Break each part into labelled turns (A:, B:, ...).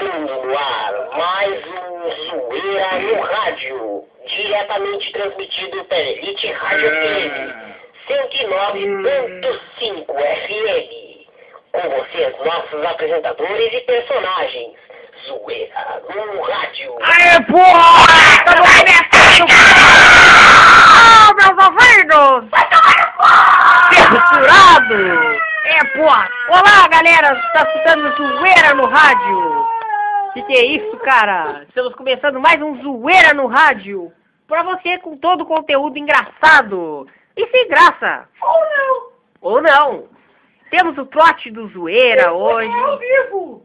A: no ar mais um Zoeira no Rádio, diretamente transmitido pela Elite Rádio
B: É.
A: FM 109.5 FM. Com vocês, nossos apresentadores e personagens. Zoeira no Rádio.
B: Aê, porra! Tá no arrebentado! Ah, meus ouvidos! Vai tomar no É, porra! Olá, galera! Você Tá escutando Zoeira no Rádio! Que que é isso, cara? Estamos começando mais um Zoeira no Rádio! Pra você com todo o conteúdo engraçado! E sem graça! Ou não! Ou não! Temos o trote do Zoeira hoje.
C: É ao vivo!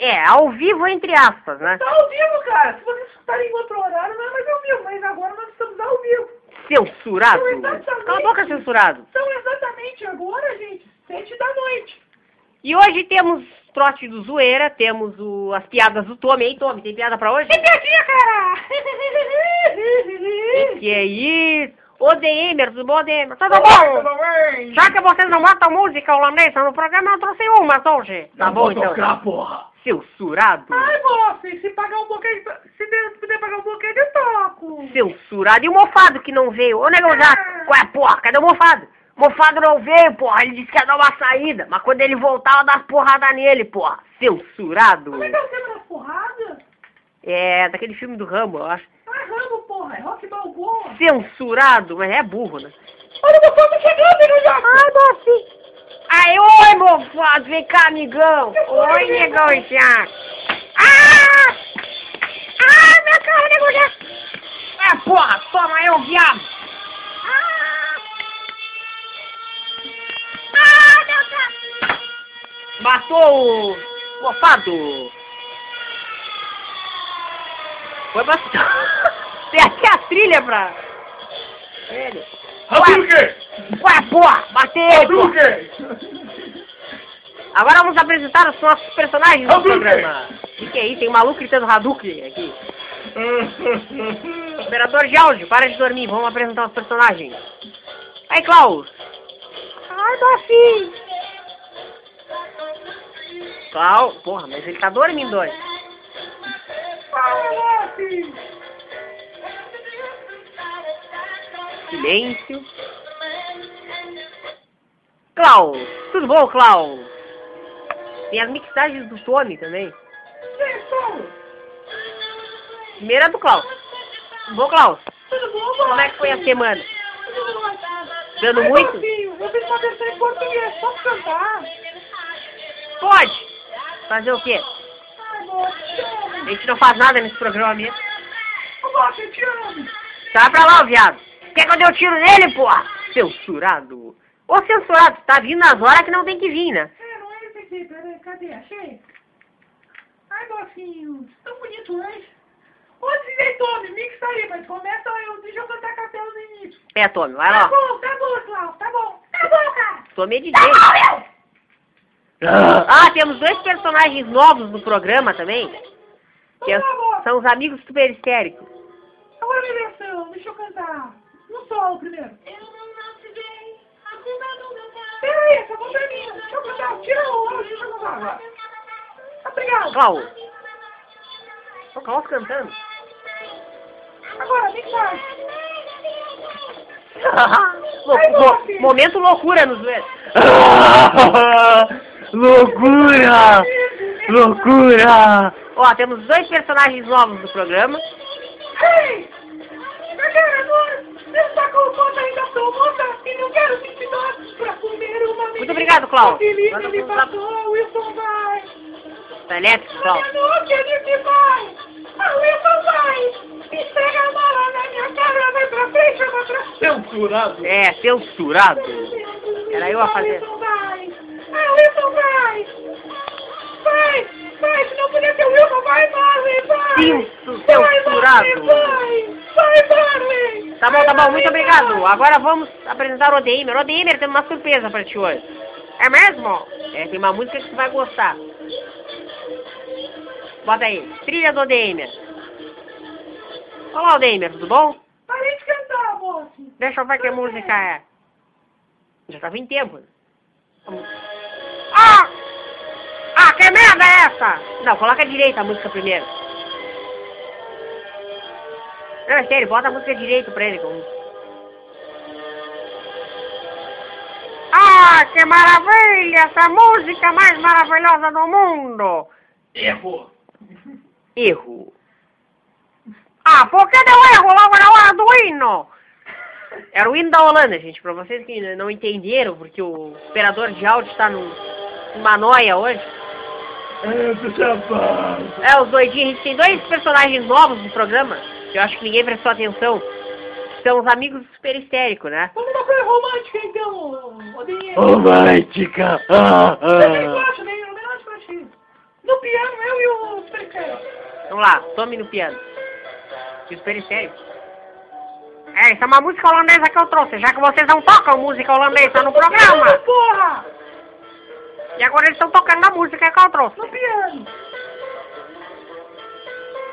B: É, ao vivo, entre aspas, né?
C: Tá ao vivo, cara! Se vocês escutarem em outro horário, não é mais ao vivo, mas agora nós estamos ao vivo.
B: Censurado!
C: Não, exatamente.
B: Cala a boca, censurado!
C: São exatamente agora, gente, sete da noite.
B: E hoje temos trote do Zoeira, temos o- as piadas do Tommy. Ei, Tommy, tem piada pra hoje?
C: Tem piadinha, cara!
B: Que que é isso? Ô, Demer, tudo bom, Demer? Tudo
C: Tudo
B: bom?
C: bem?
B: Já que vocês não matam música holandesa no programa, eu trouxe umas hoje. Tá bom, então?
C: porra!
B: Censurado.
C: Ai, moça, se pagar um bocadinho, se de- se puder pagar um bocadinho, eu toco!
B: Censurado. E o mofado que não veio? Ô, negão, já... Qual é, porra? Cadê o mofado? Mofado não veio, porra. Ele disse que ia dar uma saída. Mas quando ele voltar, eu dar porrada nele, porra. Censurado.
C: Como é que é o tema das porradas?
B: É, daquele filme do Rambo, eu acho.
C: Ah, Rambo, porra, é rock balboa!
B: Censurado, mas é burro, né?
C: Olha o é bocado chegando, hein,
B: Ah, doce! Ai, oi, mofado, vem cá, amigão! Oi, negão já! Ah! Ah, minha cara, negão já! Ah, porra, toma aí, ô viado! Ah! Ah, meu Deus! Matou o mofado! Foi bastante! Tem até a trilha pra... Ele. Ué, porra, bateu! porra. Agora vamos apresentar os nossos personagens do
C: Hadouken!
B: programa. O que é isso? Tem um maluco gritando Hadouken aqui. Operador de áudio, para de dormir, vamos apresentar os personagens. Aí, Klaus. Ai, assim. Dofinho. Klaus, porra, mas ele tá dormindo hoje.
C: Fala, filho!
B: Silêncio. Klaus, tudo bom, Klaus? Tem as mixagens do Tony também.
C: Pessoal,
B: Primeira é do Klaus. Bom, Klaus,
C: tudo bom,
B: como é que foi a semana? Dando
C: Ai,
B: muito?
C: Fofinho, eu fiz uma versão em português, posso cantar?
B: Pode! Fazer o quê?
C: Ai, amor, te
B: A
C: amo.
B: gente não faz nada nesse programa mesmo.
C: Amor, eu te amo.
B: Sai pra lá, ô viado! Quer que eu dê um tiro nele, porra? Censurado! Ô censurado, tá vindo nas horas que não tem que vir, né?
C: É, não é esse aqui, peraí, cadê? Achei? Ai, mocinho, tão bonito hoje. Ô, desentorne, mixa aí, mas começa eu, deixa eu cantar capela no início.
B: É, Tommy, vai
C: Tá
B: lá.
C: bom, tá bom, Cláudio, tá bom. Tá bom, cara.
B: Tomei de
C: Tá
B: jeito.
C: bom, eu.
B: Ah, temos dois personagens novos no programa também. Que é-
C: Então, tá bom.
B: são os amigos super histéricos.
C: Agora Então, minha versão, deixa eu cantar. No solo primeiro. Peraí, é só vou terminar. Deixa eu cantar. Tira o áudio, deixa eu cantar agora. Obrigado.
B: Klaus. O Klaus cantando.
C: Agora, vem cá.
B: Lou- lou- momento loucura nos dois.
D: Ah!
B: Ah,
D: Loucura! Loucura!
B: Ó, temos dois personagens novos no programa.
C: Ei! Meu cara, amor, você tá com conta ainda sou moça e não quero me ensinar pra comer uma menina.
B: Muito obrigado, Klaus.
C: O Felipe
B: Manda
C: me
B: pra-
C: passou, o Wilson vai.
B: Tá elétrico, Klaus.
C: Olha, não, que ele me vai. Ah, o Wilson vai. Me pega a mala na minha cara, vai pra frente, eu vou pra
B: É, censurado. Era eu a fazer.
C: Wilson vai! Ah, Wilson vai! Vai! Vai! Se não puder ser o Wilson, vai, Marley! Vai!
B: Cinto
C: Vai,
B: censurado.
C: Marley, Vai! Vai, Marley!
B: Tá bom, tá bom, muito
C: Vai,
B: obrigado.
C: Marley,
B: Agora vamos apresentar o Odeimer. Odeimer, temos uma surpresa pra ti hoje. É mesmo? É, tem uma música que tu vai gostar. Bota aí, trilha do Odeimer. Olá, Odeimer, tudo bom?
C: vai. Parei de cantar, moço!
B: Deixa eu ver que música é. tá Já tava em tempo. Ah! Ah, que merda é é essa? Não, coloca a direita a música primeiro. Não, é sério, bota a música direito pra ele. Como... Ah, que maravilha! Essa música mais maravilhosa do mundo!
C: Errou.
B: Erro. Ah, por que deu erro logo na hora do hino? Era o hino da Holanda, gente. Pra vocês que n- não entenderam, porque o operador de áudio está num- numa noia hoje.
D: É do chapado.
B: É, os doidinhos. A gente tem dois personagens novos no programa, que eu acho que ninguém prestou atenção. que São os amigos do super histérico, né?
C: Vamos dar coisa romântica então, Odinheiro.
D: Romântica. Ah,
C: Também
D: ah.
C: gosto, né? Eu não acho pra ti. No piano, eu e o Supercero.
B: Vamos lá, tome no piano. E os periféricos. É, isso é uma música holandesa que eu trouxe, já que vocês não tocam música holandesa tá no programa.
C: Porra!
B: E agora eles estão tocando a música que eu trouxe.
C: No piano.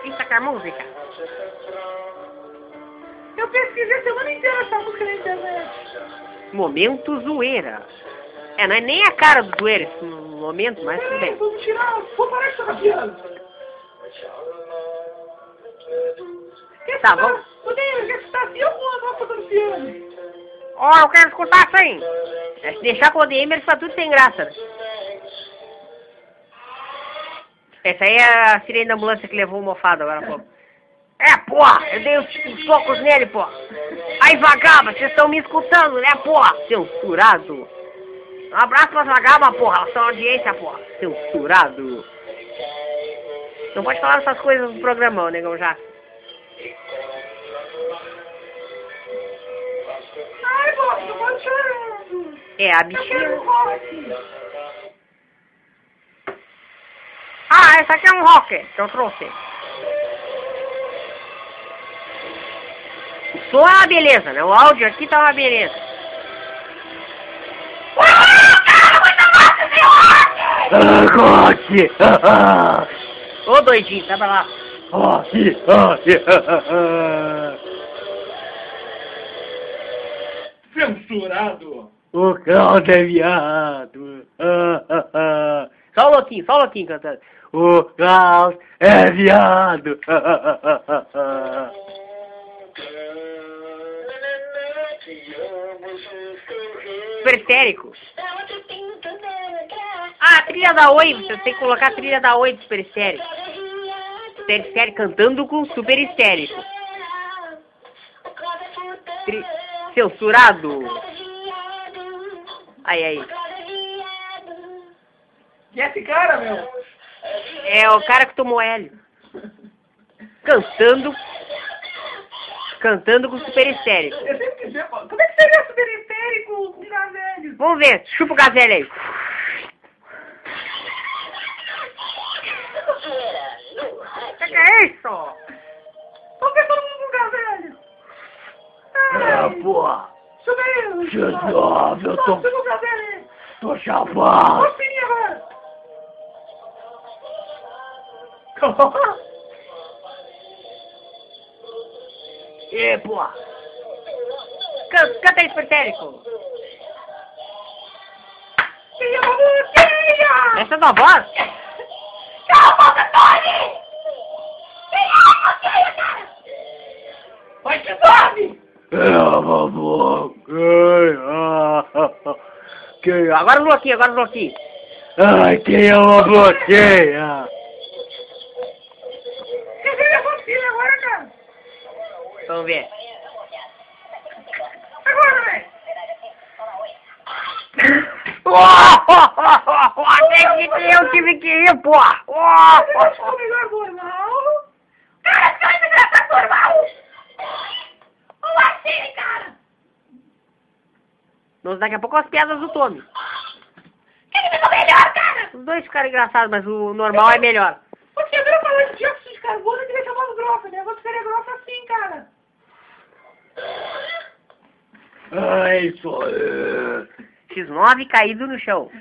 B: Isso aqui é música.
C: Eu pesquisei a semana inteira essa música na internet.
B: Momento zoeira. É, não é nem a cara do zoeira esse momento, mas tudo
C: Peraí,
B: bem.
C: vamos tirar. Vou parar de tocar piano. Quer
B: Tá,
C: escutar-
B: vamos-
C: Odinheiro, quer escutar assim ou uma nota tocando piano?
B: Ó, eu quero escutar isso aí. É, se deixar com o Odemer, isso tá tudo sem graça. né? Essa aí é a sirene da ambulância que levou o mofado agora há pouco. É, porra, eu dei os, os socos nele, porra. Aí, vagaba, vocês estão me escutando, né, porra? Censurado. Um abraço pra vagaba, porra, elas são audiência, porra. Censurado. Não pode falar essas coisas no programa, ô, negão, já.
C: Ai, moço, eu vou chorando.
B: É, a
C: Eu
B: bichinha...
C: quero um rock.
B: Ah, essa aqui é um rocker que eu trouxe. O som é uma beleza, né? O áudio aqui tá uma beleza.
D: Ah, Rock. Ah, ah.
B: Ô doidinho, tá pra lá.
D: Rock. Rock. Ah, ah, ah.
C: Censurado.
D: O caldo é viado. Ah, ah, ah.
B: Só o louquinho, só o louquinho cantando.
D: O Klaus é viado. Ah, ah, ah, ah, ah, ah.
B: Superestérico. Ah, a trilha da Oi, você tem que colocar a trilha da Oi do Superestérico. Superestérico cantando com Superestérico. Tri... Censurado. Aí, aí.
C: E esse cara, meu?
B: É o cara que tomou hélio. Cantando. Cantando com superestérico.
C: Eu sempre quis ver. Como é que seria superestérico com gazelhos?
B: Vamos ver, chupa o gazelle aí. O que, que é isso?
C: Vamos ver todo mundo com gazelho.
D: Ah,
C: Ai,
D: porra.
C: chupa aí.
D: Jesus,
C: chupa.
D: eu tô-
C: Chupa o gazelho aí.
D: Tô chapado.
C: Vamos pedir agora.
B: É, boa. Canta, canta aí, superestérico.
C: Minha mamuquinha.
B: Essa é a tua voz?
C: Calma, Antônio. Minha mamuquinha, cara. Vai que dorme.
D: Eu vou bloquear. Que a-
B: Agora o Loquinho, agora o Loquinho.
D: Ai, é que eu vou bloquear.
C: Quer ver minha família agora, cara?
B: Vamos ver.
C: Agora, velho.
B: Oh, oh, oh, oh, oh, até que eu tive que ir, porra. Oh,
C: Eu
B: oh,
C: estou melhor normal.
E: Cara, sai me dessa turma! O Arcine, cara!
B: Nossa, daqui a pouco as piadas do Tommy.
E: Quem que ficou melhor, cara?
B: Os dois ficaram engraçados, mas o normal é melhor.
C: Você veio falar de dióxido de carbono e queria chamar o grossa, né? Você queria grossa assim, cara.
D: Ai, sou eu.
B: X9 caído no chão.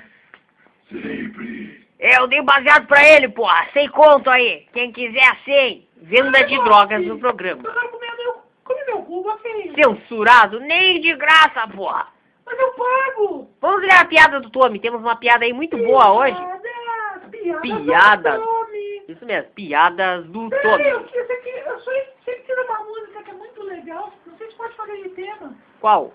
D: Sempre.
B: É, Eu dei baseado pra ele, porra. Sem conto aí. Quem quiser, sem. Venda é de drogas no
C: Eu
B: programa.
C: quero comer meu... Come meu cu, ok.
B: Censurado, nem de graça, porra.
C: Mas eu pago.
B: Vamos ler a piada do Tommy. Temos uma piada aí muito boa hoje.
C: Piadas, Piada
B: Piada.
C: do Tome.
B: Isso mesmo, piadas do
C: Peraí,
B: Tome.
C: o que você quer? Eu sou, sempre tive uma música que é muito legal. Não sei se pode fazer de tema.
B: Qual?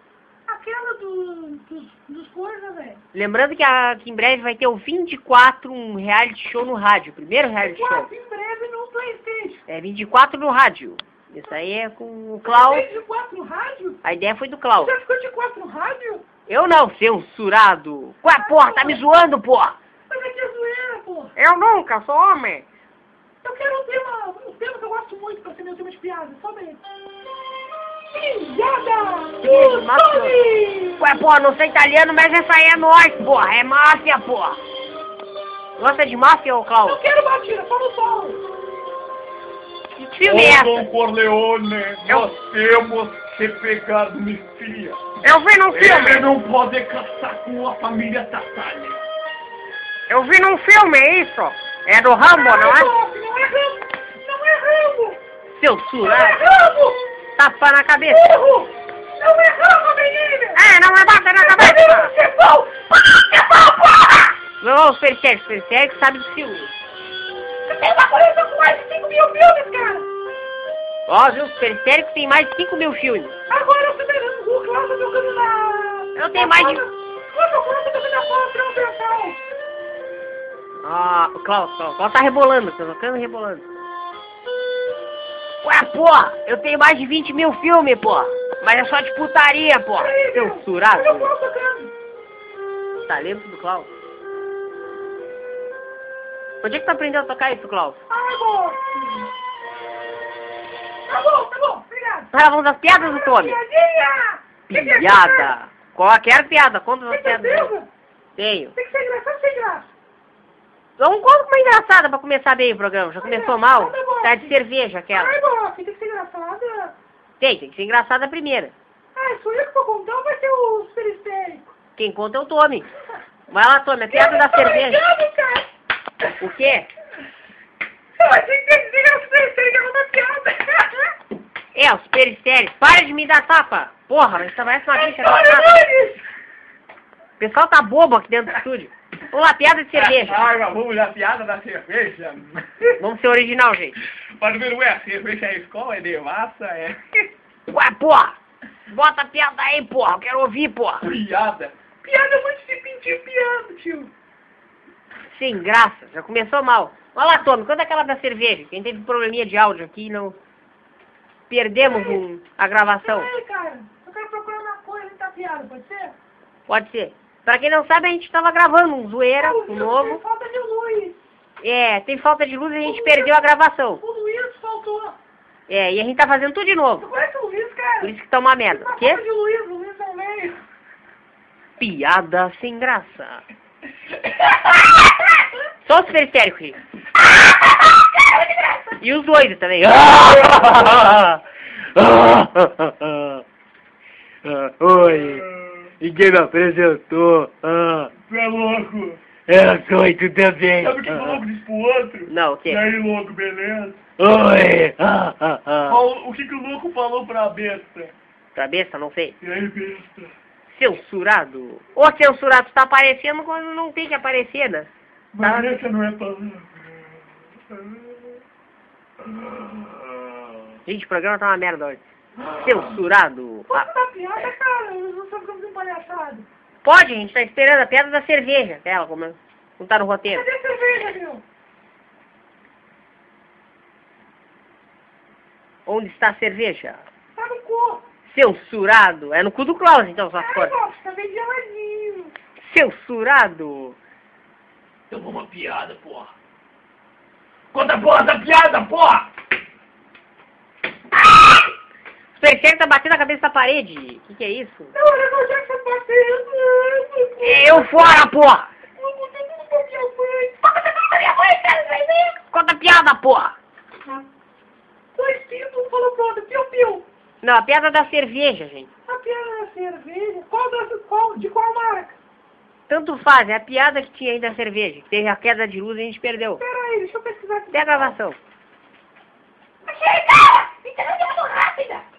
C: Aquela do, dos, dos coisas, velho.
B: Lembrando que, a- que em breve vai ter o 24, um reality show no rádio. Primeiro reality show.
C: Quase em breve no Playstation.
B: É 24 no rádio. Isso aí é com o Klaus.
C: Tem de quatro rádio?
B: A ideia foi do Klaus.
C: Já ficou de quatro rádio?
B: Eu não, censurado. Qual é, porra? Tá me zoando, porra?
C: Mas é que é zoeira, pô.
B: Eu nunca, sou homem.
C: Eu quero um tema, um tema que eu gosto muito pra ser meu tema de piada. Só bem. Piada!
B: Beijo,
C: do
B: Matheus.
C: Tony!
B: Ué, é porra, não sou italiano, mas essa aí é nós, porra. É máfia, porra. Gosta de máfia, ô
C: Não
B: Klaus?
C: quero batida, só no sol.
B: Que filme é essa?
D: Dom Corleone,
B: Eu-
D: nós temos que pegar o Messias.
B: Eu vi num
D: Ele
B: filme.
D: não pode casar com a família Tatale.
B: Eu vi num filme, é isso? É do Rambo, não é?
C: Não, não é Rambo! Não é Rambo! Não é
B: Censurado.
C: Rambo!
B: Tapa na cabeça.
C: Burro! Não é Rambo, menina!
B: É, não é bata na
C: Menino
B: cabeça.
C: de pau! De pau, é porra!
B: Não, o Persegue, Persegue sabe do filme.
C: Você tem uma coleção com mais de 5 mil filmes, cara!
B: Ó, viu? O Persegue tem mais de 5 mil filmes.
C: Agora eu tô pegando o Hulk lá, tô jogando na...
B: Eu tenho mais de-
C: Quando eu coloco, eu tô jogando na bola, pra um pessoal.
B: Ah, o Klaus, Klaus, Klaus tá rebolando, tá tocando e rebolando. Ué, porra, eu tenho mais de 20 mil filmes, porra. Mas é só de putaria, porra.
C: Peraí, meu.
B: Censurado.
C: Olha o Klaus tocando.
B: O talento Tá do Klaus. Onde é que tu aprendeu a tocar isso, Klaus?
C: Ai, amor. Tá bom, tá bom, obrigado.
B: Nós falando das piadas do Tommy.
C: Piadinha! Que que é
B: Piada. Qualquer piada, conta
C: Tem
B: as piadas. do Tommy.
C: certeza?
B: Tenho.
C: Tem que ser engraçado ou sem graça?
B: Então conta uma engraçada pra começar bem o programa. Já começou mal? Tá de cerveja aquela.
C: Ai, amor, tem que ser engraçada.
B: Tem, tem que ser engraçada a primeira.
C: Ai, sou eu que vou contar ou vai ser o periférico?
B: Quem conta é o Tommy. Vai lá, Tommy, a piada da cerveja. O quê?
C: Eu achei que eles iam ser ser uma piada.
B: É, os peristérios. Para de me dar tapa. Porra, mas tá mais uma bicha da
C: Olha,
B: tapa.
C: Nunes!
B: O pessoal tá bobo aqui dentro do estúdio. Vamos lá, piada de cerveja.
D: Ah, vamos lá, piada da cerveja.
B: Vamos ser original, gente.
D: Mas número é a cerveja é escola, é de massa, é
B: Ué, porra. Bota a piada aí, porra. Eu quero ouvir, porra.
D: piada.
C: Piada muito de pintir piano, tio.
B: Sem graça. Já começou mal. Olha lá, Tommy. Quanto é aquela da cerveja? Quem teve probleminha de áudio aqui não... Perdemos um- a gravação.
C: Peraí, É, cara. Eu quero procurar uma coisa da piada, pode ser?
B: Pode ser. Pra quem não sabe, a gente tava gravando um zoeira,
C: o
B: um
C: Wilson tem
B: novo.
C: falta de luz.
B: É, tem falta de luz e a gente perdeu a gravação.
C: O Luiz faltou.
B: É, e a gente tá fazendo tudo de novo.
C: Tu conhece é o Luiz, cara?
B: Por isso que tá uma merda.
C: Uma
B: Quê?
C: falta de Luiz, o é um Luiz não veio.
B: Piada sem graça. Só os periféricos. gente. E os doidos também.
D: Ah, Oi, ninguém me apresentou. Ah,
F: Tu é louco.
D: Eu sou e tu também.
F: Sabe o que o louco diz pro outro?
B: Não, o
F: E
B: quê?
F: aí, louco, beleza?
D: Oi. Ah, ah, ah.
F: Qual- O que, que o louco falou pra besta?
B: Cabeça, não sei.
F: E aí, besta?
B: Censurado. Ô, censurado, tá aparecendo quando não tem que aparecer, né?
F: Mas essa não é palavra.
D: Ah.
B: Gente, o programa tá uma merda hoje. Censurado.
C: Conta
B: Ah,
C: da piada, cara. Eu não sou como um palhaçado.
B: pode, gente, tá esperando a piada da cerveja. Ela, como é- não tá no roteiro.
C: Cadê a cerveja, meu?
B: Onde está a cerveja?
C: Tá no cu.
B: Censurado. É no cu do Klaus, então, só
C: Ai,
B: corta.
C: nossa, tá bem geladinho.
B: Censurado.
F: Eu vou uma piada, porra. Conta a porra da piada, porra!
B: Percebe que tá batendo a cabeça na parede. O que, que é isso?
C: Não, olha, não, já que você bateu.
B: Eu fora, porra!
C: Eu botei tudo pra minha mãe.
B: é Conta piada, porra!
C: Dois pintos, um falou pro outro. Piu, piu.
B: Não, a piada da cerveja, gente.
C: A piada da cerveja. Qual das... Qual? De qual marca?
B: Tanto faz, é a piada que tinha aí da cerveja. Que teve a queda de luz e a gente perdeu.
C: Pera aí, deixa eu pesquisar aqui.
B: Cadê a gravação?
E: Achei, cara! Internet é muito rápida!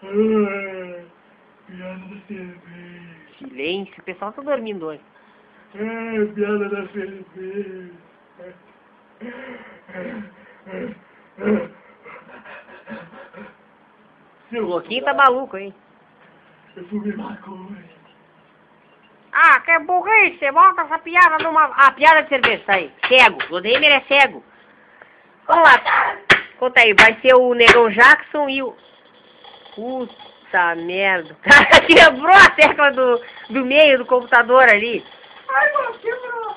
F: Ah, Piada da cerveja. É,
B: Silêncio, o pessoal tá dormindo hoje.
F: É, piada da felicidade. Seu
B: O Louquinho tá maluco, hein?
F: Eu fumei maconha.
B: Ah, que burrice, você bota essa piada numa... Ah, piada de cerveja, tá aí. Cego, Lodeimer é cego. Vamos lá. Conta aí, vai ser o Negão Jackson e o... Puta merda. O cara quebrou a tecla do, do meio do computador ali.
C: Ai, mano, quebrou.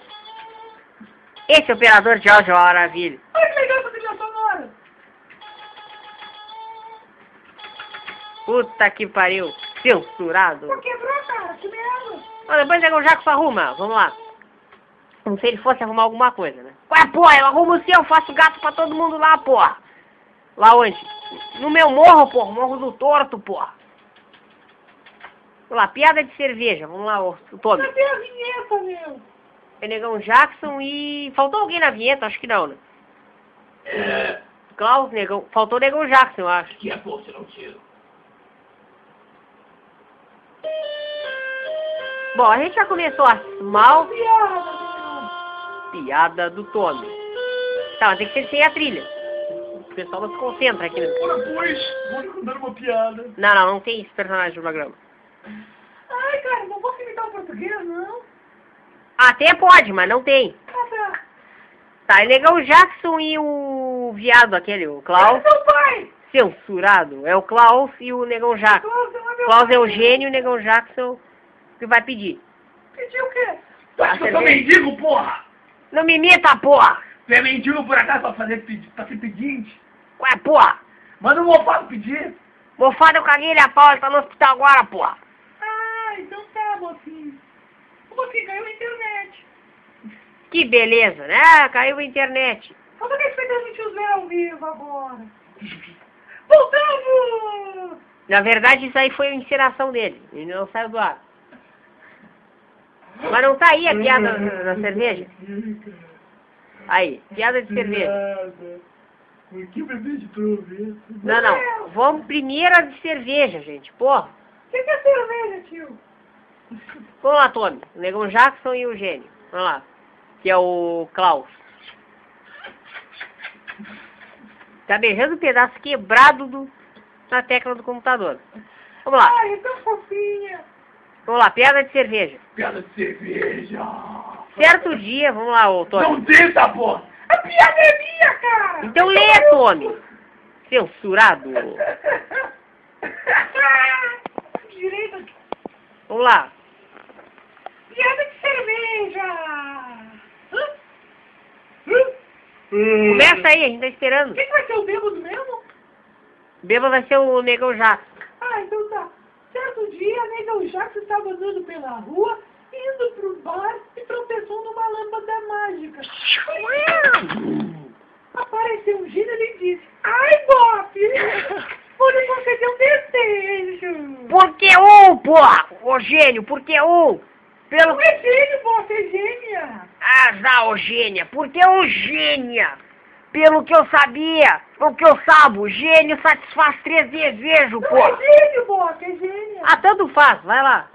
B: Esse operador de áudio é uma maravilha.
C: Ai, que legal essa trilha sonora.
B: Puta que pariu. Censurado.
C: Pô, quebrou, cara. Que merda.
B: Mas depois o Negão Jackson arruma. Vamos lá. Como se ele fosse arrumar alguma coisa, né? Ué, porra, eu arrumo o seu, faço gato pra todo mundo lá, porra. Lá onde? No meu morro, porra. Morro do Torto, porra. Vamos lá, piada de cerveja. Vamos lá, ô, ô, Tommy.
C: Cadê a vinheta, meu?
B: É Negão Jackson e... Faltou alguém na vinheta? Acho que não, né?
F: É,
B: Klaus, Negão... Faltou o Negão Jackson, eu acho.
F: que é pô, se não tiro.
B: Bom, a gente já começou a mal...
C: Piada,
B: Piada do Tommy. Tá, mas tem que ser sem a trilha. O pessoal não se concentra aqui. né? no-
F: Ora, pois, vou contar uma piada.
B: Não, não, não tem esse personagem no programa.
C: meu. Ai, cara, não posso imitar o português, não.
B: Até Ah, pode, mas não tem.
C: Ah, tá.
B: Tá, é legal o Jackson e o viado aquele, o Klaus.
C: Ai, Seu pai.
B: Censurado. É o Klaus e o Negão Jackson.
C: Klaus não é meu
B: Klaus
C: pai.
B: é o gênio, o Negão Jackson que vai pedir.
C: Pediu o quê?
F: Tu acha que Tá, eu sou mendigo, porra?
B: Não me imita, porra!
F: Tu é mendigo por acaso pra fazer pedi pra ser pedinte?
B: Ué, é, porra!
F: Manda um mofado pedir.
B: Mofada, eu caguei ele a pau, ele tá no hospital agora, porra!
C: Ah, então tá, mocinho. O mocinho ganhou a internet.
B: Que beleza, né? Caiu a internet.
C: Falta que a gente vai transmitir os ver ao vivo agora. Voltamos!
B: Na verdade, isso aí foi a encenação dele. Ele não saiu do ar. Mas não tá aí a piada
F: Uhum.
B: na- na cerveja? Aí, piada de cerveja.
F: Por que o bebê de proveito?
B: Não, não. Vamos primeiro a de cerveja, gente. Porra.
C: O que, que é cerveja, tio?
B: Vamos lá, Tommy. O Negão Jackson e o Gênio. Vamos lá. Que é o Klaus. Tá beijando o pedaço quebrado do, na tecla do computador. Vamos lá.
C: Ai, é tão fofinha.
B: Vamos lá. Piada de cerveja.
F: Piada de cerveja.
B: Certo dia... Vamos lá, ô Tommy.
F: Não tenta, porra.
C: A piada é minha, cara!
B: Então lê, Tommy. Censurado.
C: Ah, Direita.
B: Vamos lá.
C: Piada de é cerveja! Hã?
B: Começa aí, a gente tá esperando.
C: Quem que vai ser o bêbado mesmo?
B: Beba vai ser o Negão Jackson.
C: Ah, então tá. Certo dia, Negão Jackson estava andando pela rua, indo pro bar e tropeçou numa lâmpada mágica. Apareceu um gênio e ele disse, Ai, Bob, vou lhe conceder um desejo.
B: Por que um, porra? Ô Gênio, por que um? Pelo...
C: Não é gênio, Bob, é gênia.
B: Azar, ô gênia, porque ô gênia, pelo que eu sabia, o que eu sabo, gênio satisfaz três desejos,
C: Não é
B: pô.
C: gênio, Bob, é gênia.
B: Ah, tanto faz, vai lá.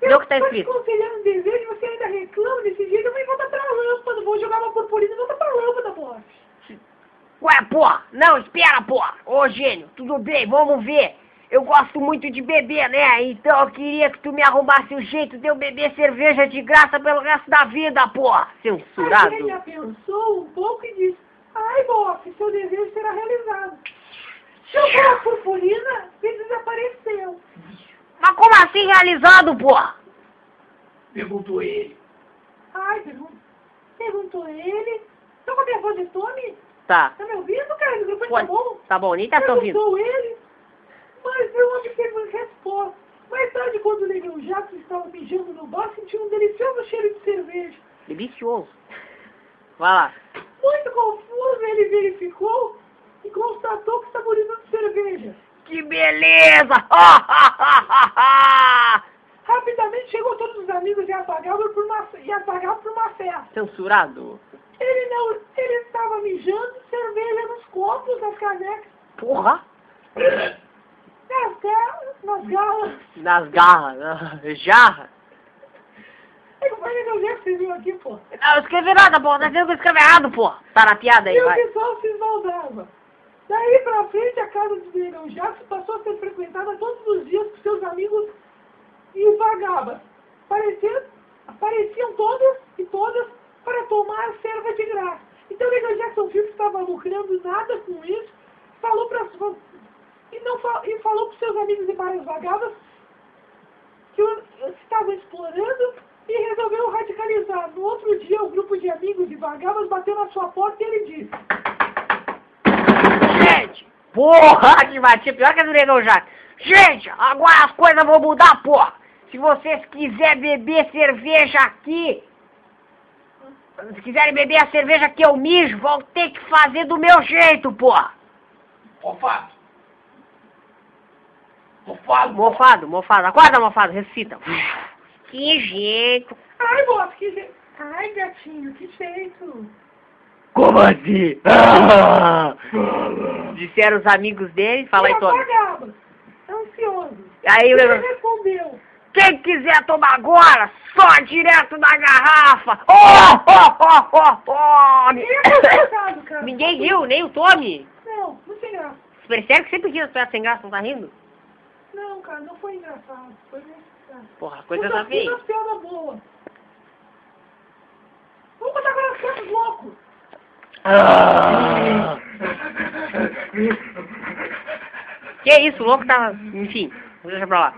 B: Lê o que tá
C: Mas
B: escrito.
C: aconselhando um desejo, você ainda reclama desse jeito, eu vou voltar pra lâmpada, vou jogar uma purpurina e voltar pra lâmpada, Bob.
B: Ué, porra, não, espera, porra. Ô gênio, tudo bem, vamos ver. Eu gosto muito de beber, né? Então eu queria que tu me arrumasse o jeito de eu beber cerveja de graça pelo resto da vida, porra.
C: A
B: Censurado.
C: gênia pensou um pouco e disse, ai, Bob, seu desejo será realizado. Jogou a purpurina e desapareceu.
B: Mas como assim realizado, porra?
F: Perguntou ele.
C: Ai, pergun- perguntou ele, tô com a minha voz de Tommy,
B: Tá,
C: tá me ouvindo, cara? O microfone tá
B: pode.
C: bom?
B: Tá bom, nem tá te ouvindo.
C: Perguntou ele, mas não obteve uma resposta. Mais tarde, quando o Negão Jato estava mijando no bar, sentiu um delicioso cheiro de cerveja.
B: Delicioso. Vai lá.
C: Muito confuso, ele verificou e constatou que estava urinando cerveja.
B: Que beleza!
C: Rapidamente chegou todos os amigos e apagaram por uma, e apagaram por uma festa.
B: Censurado.
C: Ele não, ele estava mijando cerveja nos copos, nas canecas,
B: Porra!
C: nas garras, nas
B: né?
C: garras.
B: Nas garras, na jarra.
C: É que o pai não lembra que vocês viram aqui, pô.
B: Não, eu escrevi nada, pô. Tá dizendo que eu escrevi errado, pô. Tá na piada aí,
C: E o
B: vai.
C: pessoal se esbaldava. Daí pra frente, a casa de Verão Jackson passou a ser frequentada todos os dias por seus amigos e vagabas. Apareciam, apareciam todas e todas para tomar serva de graça. Então Little Jackson viu que estava lucrando nada com isso, falou para e não fa- e falou para seus amigos e para as vagabas que o- estavam explorando e resolveu radicalizar. No outro dia, um grupo de amigos e vagabas bateu na sua porta e ele disse:
B: Gente, porra que batia. Pior que a do Negão Jato. Gente, agora as coisas vão mudar, porra. Se vocês quiserem beber cerveja aqui... Se quiserem beber a cerveja que eu mijo, vão ter que fazer do meu jeito, porra.
F: Mofado. Mofado.
B: Mofado, mofado. Acorda, mofado. Recita. Que jeito.
C: Ai, moço, que jeito. Ai, gatinho, que jeito.
D: Como assim? Ah!
B: Disseram os amigos dele. Fala aí,
C: Uma
B: Tony.
C: vagaba, ansioso.
B: Aí o Negão...
C: Ele respondeu:
B: Quem quiser tomar agora, só direto na garrafa. Oh, oh, oh, oh,
C: Ele é
B: oh.
C: cansado, cara.
B: Ninguém riu, nem o Tommy.
C: Não, não tem graça.
B: Percebe que sempre riu as piadas sem graça, não tá rindo?
C: Não, cara, não foi engraçado. Foi engraçado.
B: Porra, a coisa tá
C: bem.
B: feia.
C: Uma piada boa. Vamos botar agora os cantos loucos.
D: Ah!
B: Que isso, o louco tá... Enfim, deixa pra lá.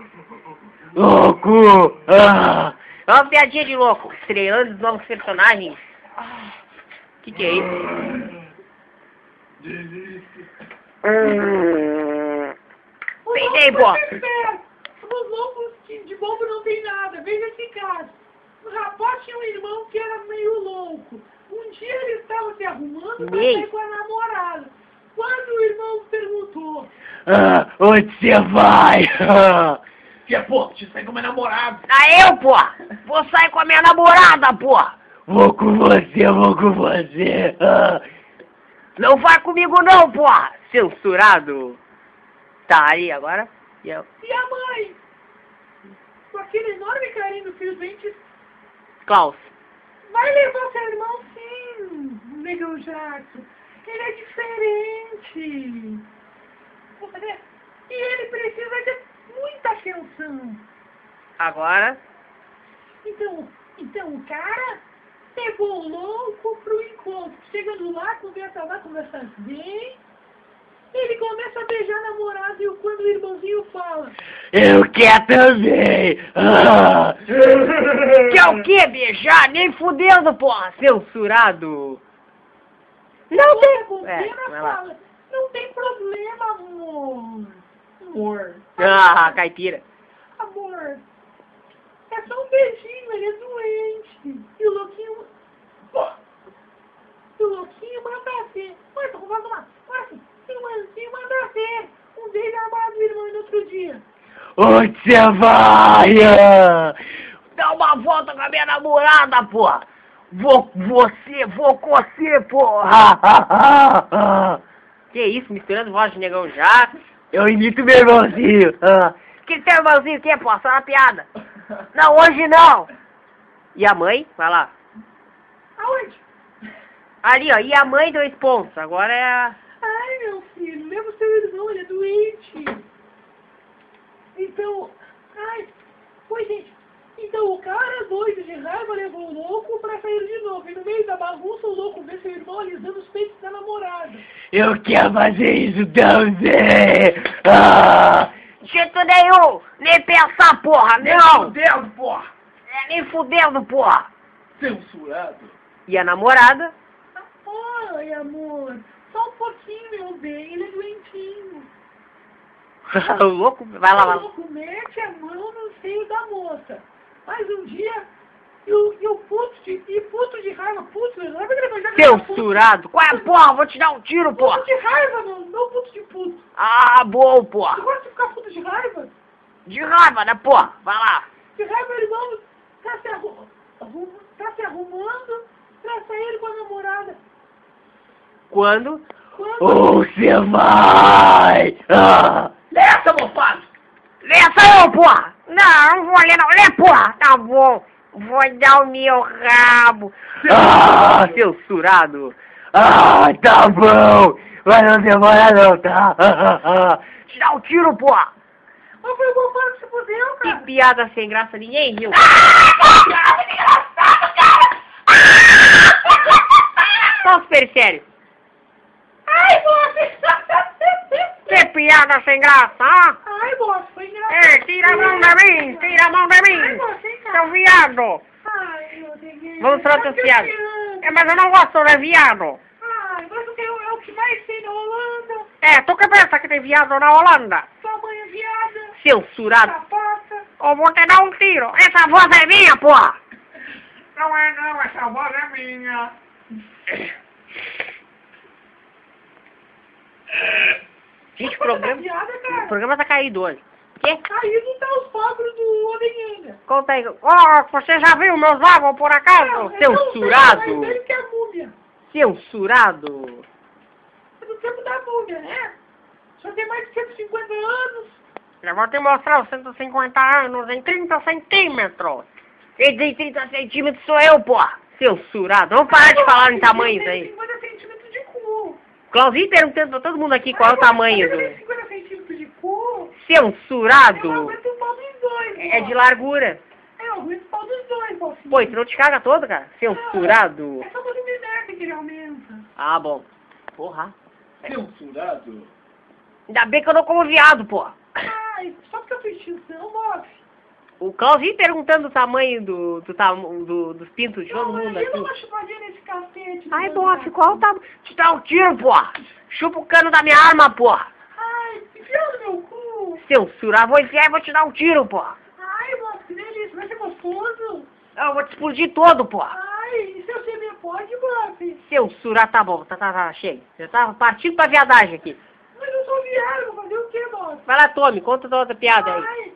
D: Louco! Ah!
B: É uma piadinha de louco. Estreando os novos personagens. Que que é isso?
C: Os
B: Peidei,
C: loucos
B: pô.
C: têm fé. Os loucos que de bobo não tem nada. Veja esse caso. O rapaz tinha um irmão que era meio louco. Um dia ele estava se arrumando para
B: Ei.
C: sair com a namorada. Quando o irmão perguntou,
D: Ah! Onde você vai? Ah!
F: Tia, pô, te sai como é namorado.
B: Ah, eu, porra. Vou sair com a minha namorada, porra.
D: Vou com você, vou com você! Ah!
B: Não vai comigo não, porra! Censurado! Tá, aí agora? E eu?
C: e a mãe? Com aquele enorme carinho do filho doente,
B: Klaus.
C: vai levar seu irmão sim, negão Jackson. Ele é diferente. E ele precisa de muita atenção.
B: Agora?
C: Então, então o cara levou o louco pro encontro. Chegando lá, conversa lá, conversa bem. Ele começa a beijar a namorada e o- quando o irmãozinho fala.
D: é Eu quero também! Ah!
B: Que é o que, beijar? Nem fudendo, porra! Censurado! Não
C: Toda
B: tem... É,
C: conversa
B: vai lá.
C: fala. Não tem problema, amor. Amor.
B: Ah, caipira.
C: Amor. É só um beijinho, ele é doente. E o louquinho.
F: Pô,
C: E o louquinho manda ver. Ué, tô com voz uma. Olha assim, irmãozinho manda ver. Um beijo amado, irmão, e no outro dia.
D: Onde você vai? Ah!
B: Dá uma volta com a minha namorada, porra! Vou... Você... Vou com você, porra!
D: Ah, ah, ah, ah!
B: Que isso, misturando voz de negão já?
D: Eu imito meu irmãozinho! Ah!
B: Que tem irmãozinho que, porra? Só na piada! Não, hoje não! E a mãe? Vai lá.
C: Aonde?
B: Ali, ó, e a mãe dois pontos. Agora é a.
C: Ai, meu filho, leva o seu irmão, ele é doente. Então, ai, oi, gente. Então o cara doido de raiva levou o louco pra sair de novo. E no meio da bagunça, o louco vê seu irmão alisando os peitos da namorada.
D: Eu quero fazer isso também! Ah!
B: De Jeito nenhum! Nem pensar, porra!
F: nem
B: Não!
F: fudendo, porra.
B: É nem fudendo, porra!
F: Censurado.
B: E a namorada?
C: Ah, Ai, amor, só um pouquinho, meu bem, ele é doentinho.
B: o Tá louco. Vai lá, vai
C: O
B: lá.
C: louco mete a mão no seio da moça. Mas um dia, e o, e o puto, de, e puto de raiva, puto de raiva, ele vai já...
B: Censurado! Qual é, porra? Vou te dar um tiro, porra!
C: Puto de raiva, não, não puto de puto.
B: Ah, bom,
C: Eu
B: porra!
C: gosto de ficar puto de raiva.
B: De raiva, né, porra? Vai lá!
C: De raiva, meu irmão tá se, arru- arru- tá se arrumando pra sair com a namorada.
B: Quando?
C: Quando
B: Oh.
D: Onde você vai? Ah!
F: Nessa, mofado.
B: Lê essa eu, porra! Não, não vou ler, não. Lê, porra! Tá bom! Vou dar o meu rabo.
D: Ah,
B: censurado.
D: Ah, tá bom! Mas não demora não, tá?
B: Te dá um tiro, pô.
C: Mas foi o Bolsonaro que se fudeu,
B: Que
C: cara.
B: piada sem graça, ninguém riu. Ah, Só os periféricos.
E: Ai,
B: tá
E: você!
B: Que piada sem graça, ó.
C: Ai, moço, foi engraçado.
B: Ei, tira a mão da mim, tira a mão da
C: Ai,
B: mim.
C: moço, hein, cara.
B: Seu viado.
C: Ai, meu Deus.
B: Vamos pra outro
C: Ai, que
B: fiado.
C: criança.
B: É, mas eu não gosto, né, viado?
C: Ai, mas o que eu- é o que mais tem na Holanda.
B: É, tu que pensa que tem viado na Holanda?
C: Sua mãe é viada,
B: Censurado.
C: sapata.
B: Eu vou te dar um tiro. eh, Essa voz é minha, porra.
F: Não é não, essa voz é minha.
B: Gente, o
C: Tá
B: programa,
C: viada,
B: o
C: cara.
B: programa tá caído hoje. Quê?
C: Aí não tá os pobres do homem ainda.
B: Conta aí. Ó, você já viu meus avos por acaso?
C: Mas
B: Censurado.
C: ele que é a múmia.
B: Censurado.
C: É do tempo da múmia, né? Já tem mais de 150 anos.
B: Eu vou te mostrar os 150 anos em 30 centímetros. Quem tem 30 centímetros sou eu, porra. Censurado. Vamos parar de falar em tamanhos aí.
C: 50 centímetros de cu.
B: Claudinho perguntando pra todo mundo aqui qual é o tamanho do...
C: 50 centímetros de cu. Eu
B: Censurado.
C: aguento o pau dos dois.
B: É
C: pô.
B: de largura.
C: É, eu aguento o pau dos dois, mocinho.
B: Pô, um tu não te caga todo, cara? Censurado.
C: É só quando me merda que ele aumenta.
B: Ah, bom. Porra.
F: Censurado?
B: Ainda bem que eu não como viado, porra.
C: Ai, só porque eu fiz tiozão, moço.
B: O Claudinho perguntando o tamanho do, do, tam- do- dos pintos de todo
C: Não,
B: mundo
C: eu não
B: aqui.
C: vou chupadinha nesse cacete. né?
B: Ai,
C: não,
B: bofe,
C: cara.
B: qual o tamanho? Te dá um tiro, porra. Chupa o cano da minha arma, porra.
C: Ai, enfia no meu cu.
B: Censurar, vou enfiar e vou te dar um tiro, porra.
C: Ai, moço, que delícia. Vai ser gostoso.
B: Eu vou te explodir todo, porra.
C: Ai, e se eu beber pode, moço?
B: Censurar, tá bom, tá, tá, tá, chega. Já tava partindo pra viadagem aqui.
C: Mas eu sou viado, vou fazer o quê, moço?
B: Vai lá, Tome, conta da outra piada aí.
C: Ai,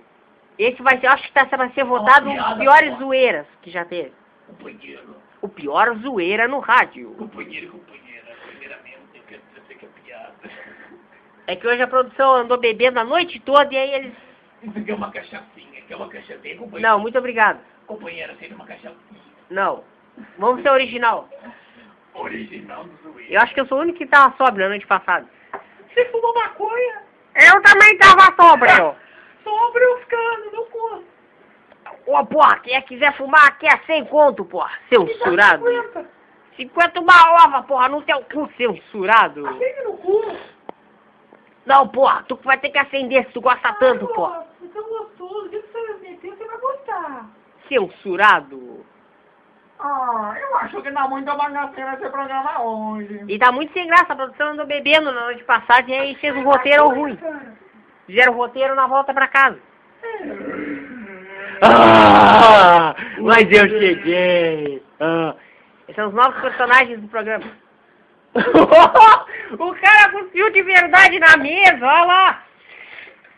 B: Esse vai ser, acho que tá, vai ser votado um dos
F: piada,
B: piores
F: porra.
B: zoeiras que já teve.
F: Companheiro.
B: O pior zoeira no rádio.
F: Companheiro, companheira. Primeiramente, eu quero dizer que é piada.
B: É que hoje a produção andou bebendo a noite toda e aí eles...
F: Isso aqui é uma cachaçinha, que é uma cachaçinha. Companheiro,
B: Não, muito obrigado.
F: companheira, seria uma cachaçinha.
B: Não. Vamos ser original.
F: Original do Zuí.
B: Eu acho que eu sou o único que tava sóbrio na noite passada.
C: você fumou maconha?
B: Eu também tava sóbrio.
C: Sobre eu ficando no cu.
B: Ô, porra, quem quiser fumar aqui é sem conto, porra. Censurado.
C: Que já se tá aguenta.
B: 50 uma ova, porra, no teu cu, um censurado.
C: Acende no cu.
B: Não, porra, tu que vai ter que acender se tu gosta tanto,
C: Ai,
B: porra.
C: moço, tão gostoso. O dia que você meter, você vai gostar.
B: Censurado.
F: Ah, eu acho que dá muita bagaceira esse programa hoje.
B: E tá muito sem graça, a produção andou bebendo na noite passada e aí fez um roteiro ruim.
C: Cara,
B: Fizeram o roteiro na volta pra casa.
D: Ah, mas eu cheguei! Ah.
B: Esses são os novos personagens do programa. o cara cuspiu de verdade na mesa, olha lá.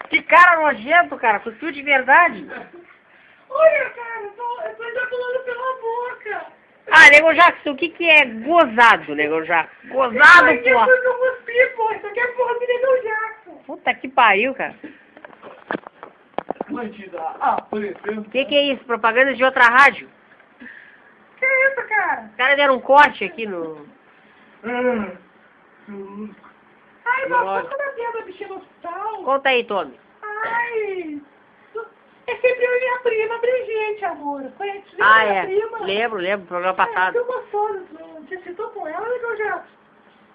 B: Que cara nojento, cara, cuspiu de verdade.
C: Olha, cara, eu tô, eu tô ejaculando pela boca.
B: Ah, Nego Jackson, o que que é gozado, Nego Jackson? Gozado,
C: Isso aqui é
B: porra.
C: coisa que eu cuspi, pô. Isso aqui é porra do Negão Jackson.
B: Puta que pariu, cara.
F: Atlântida apresenta.
B: O que que é isso? Propaganda de outra rádio?
C: Que é isso, cara?
B: Os caras deram um corte aqui no...
C: Ai, nossa, quando a minha bichinha no hospital.
B: Conta aí, Tommy.
C: Ai. É sempre eu e minha prima, Brigitte, amor. Conhece
B: Ah,
C: minha
B: é.
C: prima?
B: Lembro, lembro, programa
C: É,
B: passado.
C: eu gostoso. assim. Você citou com ela, Negão Jackson?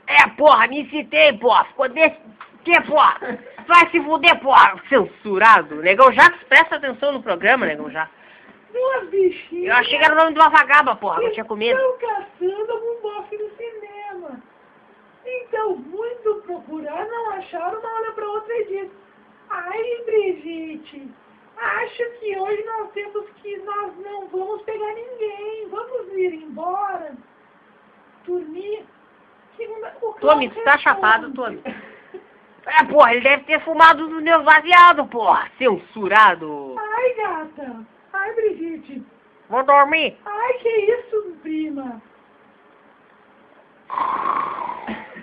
B: É, porra, me incitei, porra. Ficou desse... Que, porra? Tu vai se fuder, porra. Censurado. Negão Jackson, presta atenção no programa, Negão Jackson.
C: Duas bichinhas.
B: Eu achei que era o nome de uma vagaba, porra. Não tinha comida.
C: Estão caçando algum bofe no cinema. Então, muito procurar, não acharam uma hora pra outra e disse, ai, Brigitte, acho que hoje nós temos que, nós não vamos pegar ninguém, vamos ir embora, dormir. Segunda, o
B: Tome,
C: Klaus
B: tu tá
C: responde.
B: chapado, Tome. É, porra, ele deve ter fumado nos meus baseados, porra. Censurado.
C: Ai, gata, ai, Brigitte,
B: Vou dormir.
C: ai, que isso, prima.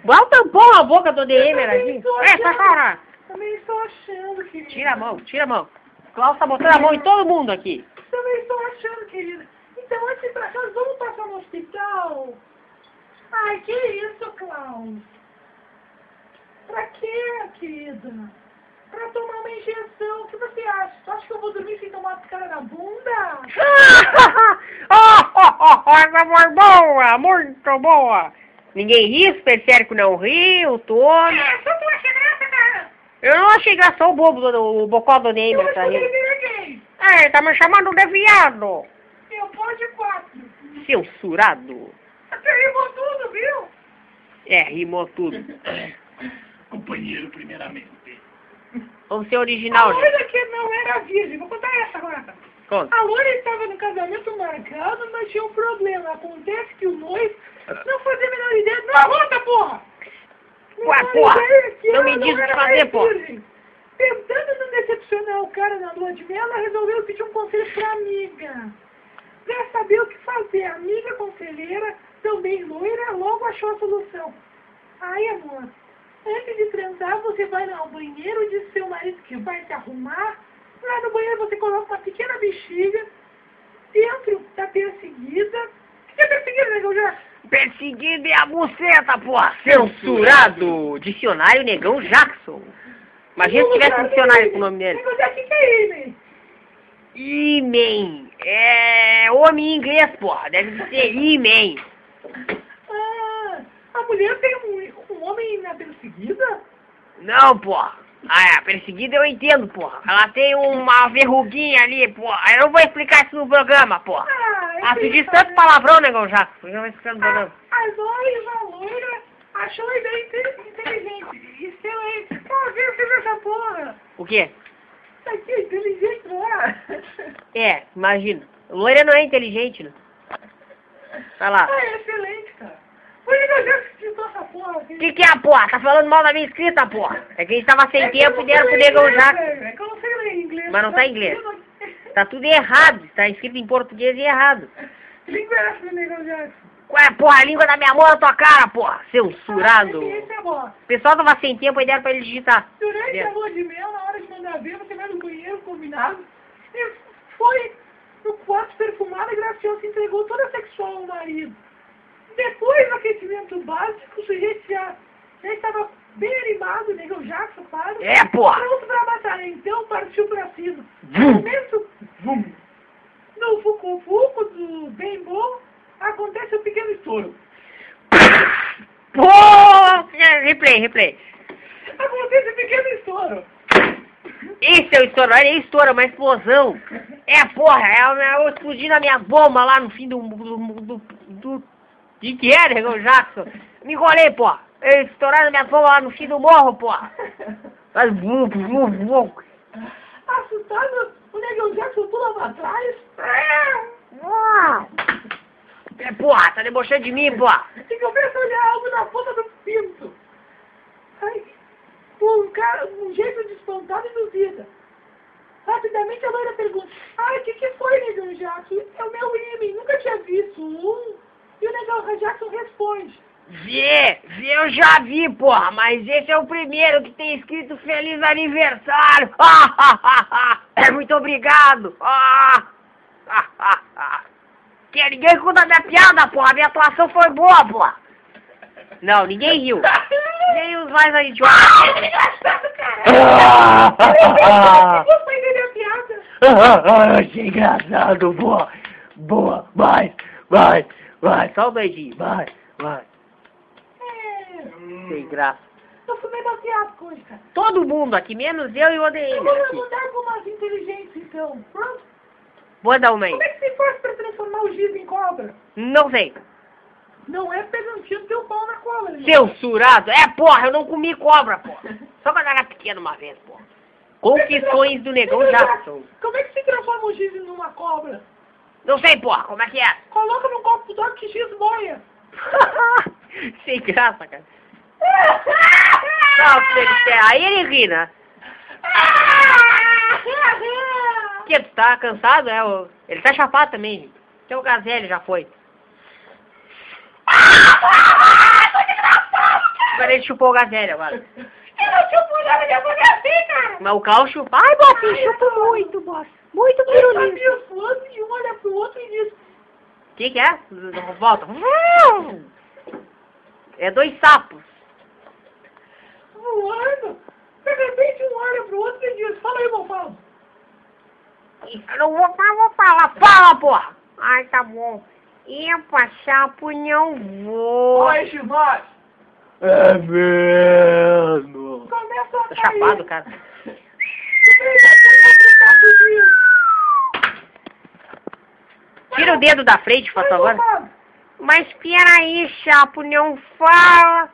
B: Bota um pão na boca do DMer
C: também
B: aqui.
C: estou
B: É, sai
C: achando-
B: fora.
C: Também estou achando, querida.
B: Tira a mão, tira a mão. Klaus tá botando a mão em todo mundo aqui.
C: Também estou achando, querida. Então, antes de ir pra casa, vamos passar no hospital? Ai, que isso, Klaus? Pra quê, querida? Pra tomar uma injeção. O que você acha? Tu acha que eu vou dormir sem tomar esse cara na bunda?
B: oh, oh, oh, oh, essa foi boa, muito boa. Ninguém ri, o Percérico não ri, o Tony.
E: É, só tu acha graça, cara.
B: Eu não achei graça o bobo, do- o bocó do
C: Eu
B: Neymar,
C: acho que
B: tá
C: eu
B: rindo.
C: deveria gay.
B: É, tá me chamando de viado,
C: Eu pode quatro.
B: censurado.
C: Você rimou tudo, viu?
B: É, rimou tudo.
F: Companheiro, primeiramente.
B: Vamos ser original,
C: a
B: gente.
C: loira que não era virgem. Vou contar essa agora. tá?
B: Conta.
C: A loira estava no casamento marcado, mas tinha um problema. Acontece que o noivo não fazia a menor ideia. Não arrota, porra!
B: Ué,
C: Menor
B: porra,
C: ideia que
B: não
C: ela
B: me diz o que
C: era
B: fazer,
C: mais
B: porra.
C: virgem. Tentando não decepcionar o cara na lua de mel, ela resolveu pedir um conselho pra amiga. Já sabia o que fazer. A amiga conselheira, também loira, logo achou a solução. Ai, amor, antes de transar, você vai ao banheiro diz seu marido que vai se arrumar. Lá no banheiro você coloca uma pequena bexiga dentro da perseguida. O que é perseguida, negão? Já?
B: Perseguido é a buceta, porra! Censurado! Dicionário Negão Jackson. Imagina se tivesse um dicionário com o nome dele.
C: Negão, já, o que que é ele?
B: Imen. É homem em inglês, porra. Deve ser Imen.
C: Ah, a mulher tem um, um homem na perseguida?
B: Não, porra. Ah, é, perseguida eu entendo, porra. Ela tem uma verruguinha ali, porra. Eu não vou explicar isso no programa, porra.
C: Ah,
B: Ah, tu
C: sei,
B: diz
C: cara.
B: tanto palavrão, Negão Jackson. Eu não vou explicar no
C: A,
B: programa.
C: Ah, a noiva loira achou a ideia inte- inteligente. Excelente. Pô, viu que essa porra?
B: O quê?
C: Tá aqui, inteligente, não é?
B: É, imagina. Loira não é inteligente, né? Vai lá.
C: Ah, é excelente, cara. Por que eu já escritou essa porra assim? aqui?
B: O que, que é, porra? Tá falando mal da minha escrita, porra. É que a gente tava sem
C: É que eu
B: tempo
C: não
B: e deram pro
C: sei
B: Negão
C: inglês,
B: Jackson.
C: velho. É que eu não sei ler inglês. né?
B: Mas não tá em inglês. Tá tudo errado. Tá escrito em português e errado.
C: Língua essa do Negão Jackson.
B: Qual é, porra? A língua da minha mão na tua cara, porra. Censurado.
C: Ah, esse é bom.
B: O pessoal tava sem tempo e deram pra ele digitar.
C: Durante
B: É.
C: a lua de mel, na hora de mandar ver, você vai no banheiro combinado. E foi no quarto perfumado e Graciela se entregou toda sexual ao marido. Depois do aquecimento básico, o sujeito já, já estava bem animado, negão Jackson, claro.
B: É, porra.
C: Pronto pra batalha, então partiu pra cima. No
D: Vum.
C: momento, no fucu-fucu do bem bom, acontece um pequeno estouro.
B: Porra! Replay, replay.
C: Acontece um pequeno estouro.
B: Esse é o estouro. Olha, estouro, é uma explosão. É, porra. É, uma- eu explodindo a minha bomba lá no fim do... do, do, do- que que é, Negão Jackson? Me enrolei, porra. Eu Estouraram a minha bomba lá no fim do morro, porra. Mas, vum, vum, vum.
C: Assustado, o negão Jackson pula pra trás.
B: É, porra, tá debochando de mim, porra.
C: E começa a olhar algo na ponta do pinto. Ai, com um cara, um jeito de espantado e duvida. Rapidamente a loira pergunta, ai, o que, que foi, negão Jackson? É o meu imen, nunca tinha visto um. E o negão Jackson responde,
B: Vê, vê, eu já vi, porra, mas esse é o primeiro que tem escrito Feliz Aniversário. É muito obrigado. Que é, ninguém conta minha piada, porra, minha atuação foi boa, porra. Não, ninguém riu. Nem os mais aí, tipo...
C: eu vou entender a piada.
D: Ah, achei engraçado, boa, boa, vai, vai, vai, um,
B: Só o doidinho,
D: vai, vai.
C: É,
B: sem graça.
C: tô comendo asiático hoje, cara.
B: Todo mundo aqui, menos eu e o Odeir,
C: Eu vou
B: aqui.
C: perguntar algumas inteligentes, então. Pronto?
B: Vou dar uma aí.
C: Como é que se faz pra transformar o giz em cobra?
B: Não sei.
C: Não é pegantino teu pau na cola, irmão.
B: Censurado? É, porra, eu não comi cobra, porra. Só quando era pequeno uma vez, porra.
C: é
B: Confissões do Negão Jackson.
C: Como é que se transforma o giz numa cobra?
B: Não sei, porra, como é que é?
C: Coloca num copo d'água que giz boia.
B: Sem graça, cara. Não, se ele quer. Aí ele ri, né?
D: Ah,
B: Que tu tá cansado, é? ô? Ele tá chapado também, gente. Até o gazelho já foi.
D: ah,
B: Agora é ele chupou o gazelho agora.
E: Eu não tinha mulher mas eu vou descer, cara.
B: Mas o carro chupa. Ai, Bob, chupa muito, boss. Muito
C: Ele
B: pirulinho.
C: tá fã e um olha pro outro e diz,
B: O que, que é? Volta. Vum! É dois sapos.
C: voando. De repente um olha pro outro e diz, fala aí, Gonçalo.
B: Eu não vou falar, vou falar. Fala, porra! Ai, tá bom. Epa, chapo, não vou.
C: Ai, Chivas,
D: É mesmo.
C: começa a
B: Tô
C: cair.
B: Tá chapado, cara. Tira o dedo da frente, faz favor. Mas peraí, chapo, não fala.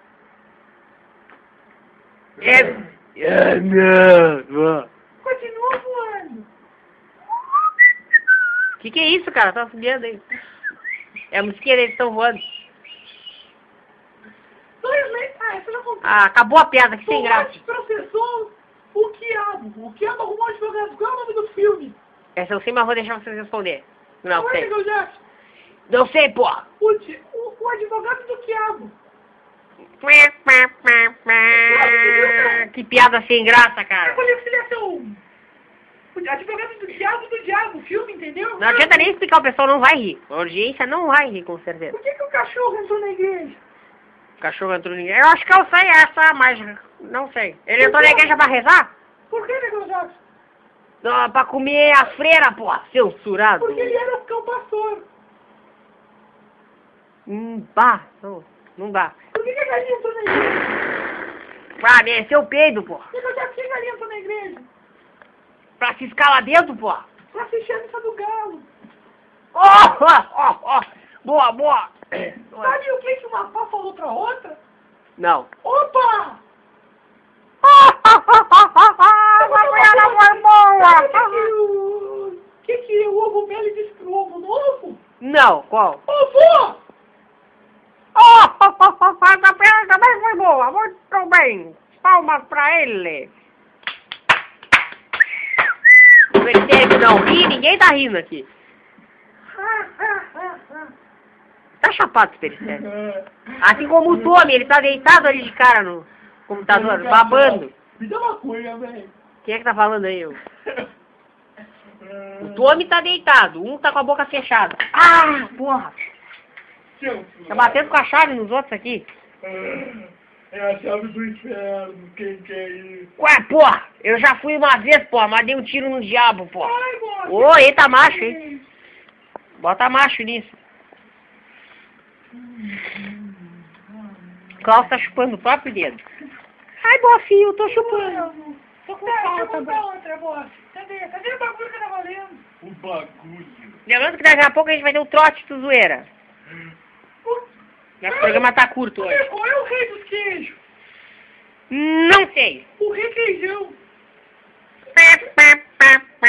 B: É,
D: É mesmo.
C: Continua voando.
B: que que é isso, cara? Tá subindo aí. É a musiquinha deles, estão voando.
C: Dois meses. Ah, essa não contou.
B: Ah, acabou a piada, que sem graça.
C: Tomate processou o quiabo. O quiabo arrumou advogado. Qual é o nome do filme? é
B: Essa eu sei, mas vou deixar vocês responder. Não
C: Olha,
B: sei.
C: meu Jack,
B: Não sei, porra.
C: O, di- o, o advogado do quiabo.
B: Que piada sem graça,
C: É
B: cara.
C: conciliação. O advogado do diabo do diabo. O filme, entendeu?
B: Não adianta nem explicar, o pessoal não vai rir. A audiência não vai rir, com certeza.
C: Por que, que o cachorro entrou na igreja?
B: O cachorro entrou ninguém. Eu acho que é eu sei essa, mas não sei. Ele entrou na igreja pra rezar?
C: Por que, Negão Jackson?
B: Ah, pra comer a freira, porra. Censurado.
C: Porque ele era o cão pastor.
B: Hum, pá. Não, não dá.
C: Por que, que a galinha entrou na igreja?
B: Pra merecer o peido, porra.
C: Negão Jackson, por que a galinha entrou na igreja?
B: Pra se escalar dentro, porra.
C: Pra assistir a missa do galo.
B: Oh, oh, oh. Boa, boa.
C: Sabe o que, que uma pá falou pra outra?
B: Não.
C: Opa!
B: Uma goiaba foi boa.
C: Sabe que o que, que é? o ovo Melo disse pro ovo novo?
B: Não, qual?
C: Ovo!
B: Oh, oh, oh, oh, a tabela também foi boa, muito bem. Palmas pra ele. Percebe que não ri, ninguém tá rindo aqui. Tá chapado esse pericélio. Assim como o Tommy, ele tá deitado ali de cara no computador, tá babando.
C: Me dá uma cunha, velho.
B: Quem é que tá falando aí? ô? O Tommy tá deitado, um tá com a boca fechada. Ah, porra. Tá batendo com a chave nos outros aqui.
C: É a chave do inferno, quem quer ir?
B: Ué, porra, eu já fui uma vez, porra, mas dei um tiro no diabo, porra.
C: Ai, moço!
B: Ô, eita macho, hein? Bota macho nisso. O Klaus tá chupando o próprio dedo. Ai, bofinho, eu tô chupando.
C: Tô com tá, deixa eu contar outra, moço. Cadê? Cadê o bagulho que tá valendo?
F: O bagulho.
B: Lembrando que daqui a pouco a gente vai ter o trote do zoeira. Nosso programa tá curto hoje.
C: Qual é o rei dos queijos?
B: Não sei.
C: O rei queijão.
B: Pá, pá, pá, pá.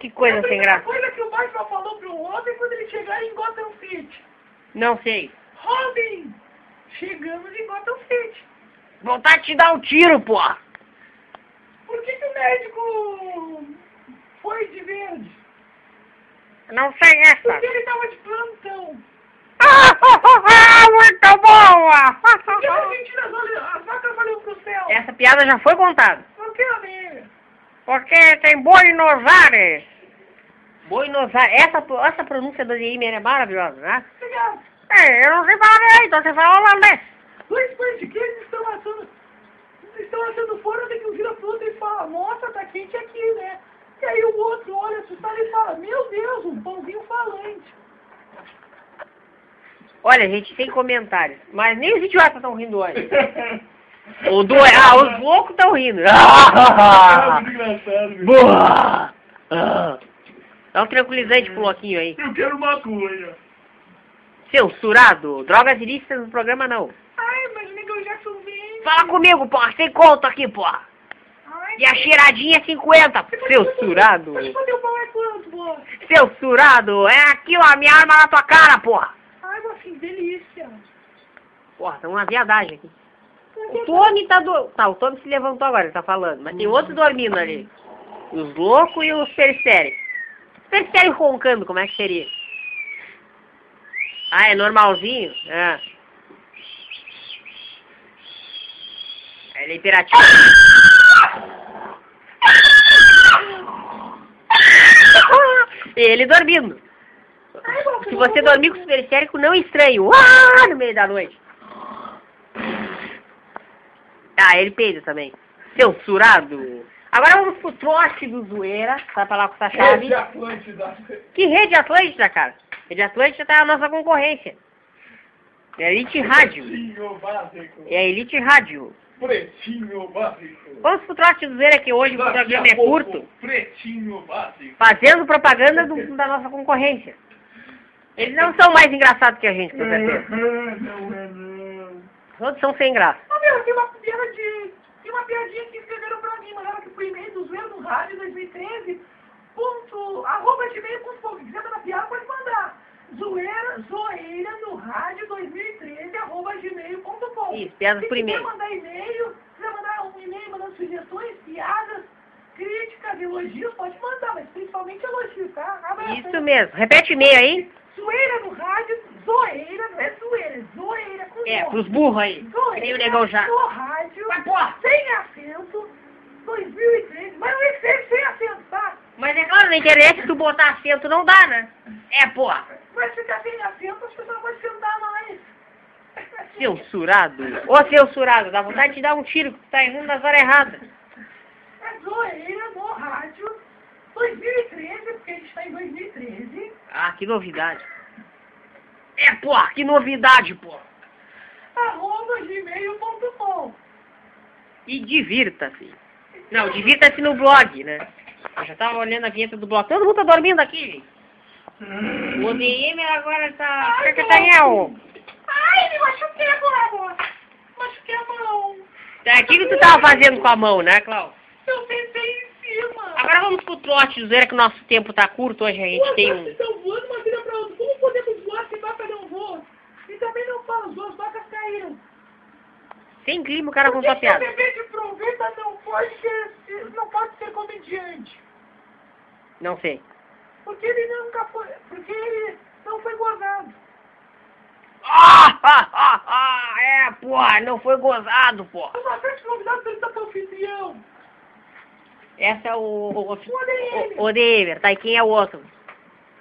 B: Que coisa sem
C: É A primeira
B: graça.
C: coisa que o Batman falou pro Robin quando ele chegar em Gotham City.
B: Não sei.
C: Robin! Chegamos em Gotham City.
B: Vontade de te dar um tiro, porra.
C: Por que, que o médico foi de verde?
B: Não sei essa.
C: Porque ele tava de plantão.
B: Muito
C: Porque a
B: boa!
C: gente das olhas, as vacas valeu pro céu.
B: Essa piada já foi contada.
C: Por que, amiga?
B: Porque tem boi nos ares. Boi nos ares. Essa, essa pronúncia do Neimer é maravilhosa, né?
C: Obrigado.
B: É, eu não sei falar direito, você fala holandês.
C: Dois pães de queijo estão assando. Estão assando fora, tem que um vira pro outro e fala, nossa, tá quente aqui, né? E aí o outro olha assustado e fala, meu Deus, um pãozinho falante.
B: Olha, gente, sem comentários. Mas nem os idiotas estão rindo hoje. O do...
F: é-
B: Ah, os loucos estão rindo.
D: Ah,
F: Muito engraçado, meu.
D: boa. Ah,
B: Dá um tranquilizante pro Loquinho aí.
F: Eu quero uma coisa.
B: Censurado. Drogas ilícitas no programa não.
C: Ai, mas o Negão Jackson vem.
B: Fala comigo, porra. Sem conto aqui, porra.
C: Ai,
B: E a cheiradinha é 50.
C: um
B: Censurado.
C: Mas cadê o pau é quanto, boa?
B: Censurado. É aquilo, a minha arma na tua cara, porra.
C: Ai, assim, delícia.
B: Porra, tá uma viadagem aqui. O Tony tá do... Tá, o Tony se levantou agora, ele tá falando. Mas tem outro dormindo ali. Os loucos e os percéres. Percério roncando, como é que seria? Ah, é normalzinho? É. Ela é imperativa. Ele dormindo. Se você dormir com o periférico, não é estranho. Ah, no meio da noite. Ah, ele peida também. Censurado. Agora vamos pro trote do Zoeira. Vai pra lá com essa chave.
C: Esse Atlântida.
B: Que Rede Atlântida, cara? Rede Atlântida tá a nossa concorrência. É a Elite Rádio.
C: Pretinho básico.
B: É a Elite Rádio.
C: Pretinho básico.
B: Vamos pro trote do Zoeira que hoje o
C: Daqui a
B: programa é
C: pouco,
B: curto.
C: Pretinho básico.
B: Fazendo propaganda do- da nossa concorrência. Eles não são mais engraçados que a gente, com certeza.
C: não é não.
B: Todos são sem graça.
C: Ô Ah, meu, tem uma piada de. Tem uma piadinha que escreveram pra mim, mandaram aqui pro e-mail do Zoeiro do Rádio 2013. Ponto, arroba gmail.com. Se quiser mandar piada, pode mandar. Zoeira, zoeira no rádio 2013, arroba gmail.com.
B: Isso, piadas
C: Se
B: por e-mail.
C: quiser mandar e-mail, se quiser mandar um e-mail mandando sugestões, piadas, críticas, elogios, pode mandar, mas principalmente elogios, tá? Abraço.
B: Isso mesmo. Repete e-mail aí.
C: Zoeira no rádio, zoeira, não é zoeira, zoeira com
B: É,
C: o.
B: pros burros aí. Que nem o
C: Zoeira
B: negão já.
C: No rádio,
B: Mas, porra.
C: sem acento, 2013. Mas não é que seja sem acento, tá?
B: Mas é claro, na internet se tu botar acento não dá, né? É, porra.
C: Mas ficar sem acento, as pessoas não vão sentar mais.
B: Censurado. Ô, censurado, dá vontade de dar um tiro que tu tá errando nas horas erradas.
C: É zoeira no rádio, 2013, porque a gente tá em 2013.
B: Ah, que novidade. É, porra, que novidade, porra.
C: Arroba gmail.com.
B: E divirta-se. Não, divirta-se no blog, né? Eu já tava olhando a vinheta do blog. Todo mundo tá dormindo aqui, gente. O ODM agora tá...
C: Ai,
B: Cacataniel.
C: Ai, me machuquei agora, amor. Machuquei a mão.
B: Tá, o que que tu tava fazendo com a mão, né, Clau?
C: Eu sentei em cima.
B: Agora vamos pro trote, zoeira, que o nosso tempo tá curto. Hoje a gente tem um...
C: estão voando uma vida pra outra. Como podemos voar se vaca não voa? E também não fala, as duas vacas caíram.
B: Sem clima, o cara
C: Por
B: contou a
C: que que o
B: piada.
C: bebê de proveta não pode ser, não pode ser comediante?
B: Não sei.
C: Porque ele nunca foi, porque ele não foi gozado.
B: Ah, ah, ah, ah, é, porra, não foi gozado, porra.
C: Uma vez convidado pelo teu anfitrião.
B: Essa é o... O, o,
C: ODM.
B: o ODM, tá, e quem é o outro?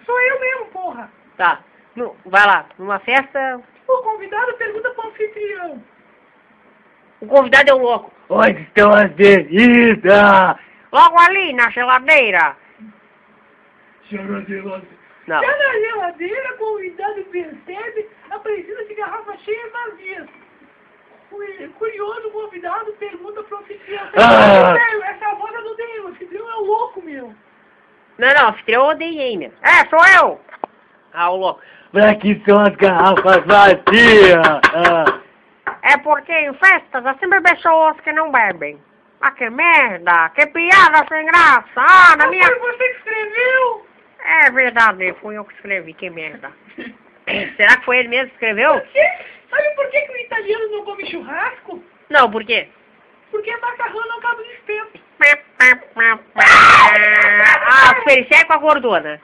C: Sou eu mesmo, porra.
B: Tá, no- vai lá, numa festa,
C: O convidado pergunta pro anfitrião.
B: o convidado é um louco.
D: Onde estão as bebidas?
B: Logo ali, na geladeira. Não,
C: Já Tá na geladeira, o convidado percebe a presença de garrafas cheias vazias. Cu- Curioso, o convidado pergunta pro anfitrião.
D: Ah!
C: Velho, essa voz eu não tenho. O anfitrião é louco, meu.
B: não, não, anfitrião é o ODM. É, sou eu. Ah, o louco.
D: Pra que são as garrafas vazias? Ah,
B: É porque em festas há sempre pessoas que não bebem. Ah, que merda, que piada sem graça. Ah, na
C: Ah,
B: minha...
C: Foi você que escreveu?
B: É verdade, fui eu que escrevi, que merda. Será que foi ele mesmo que escreveu?
C: Por quê? Sabe por que, que o italiano não come churrasco?
B: Não, por quê?
C: Porque é macarrão não cabe no espeto.
B: Ah, o periférico acordou, né?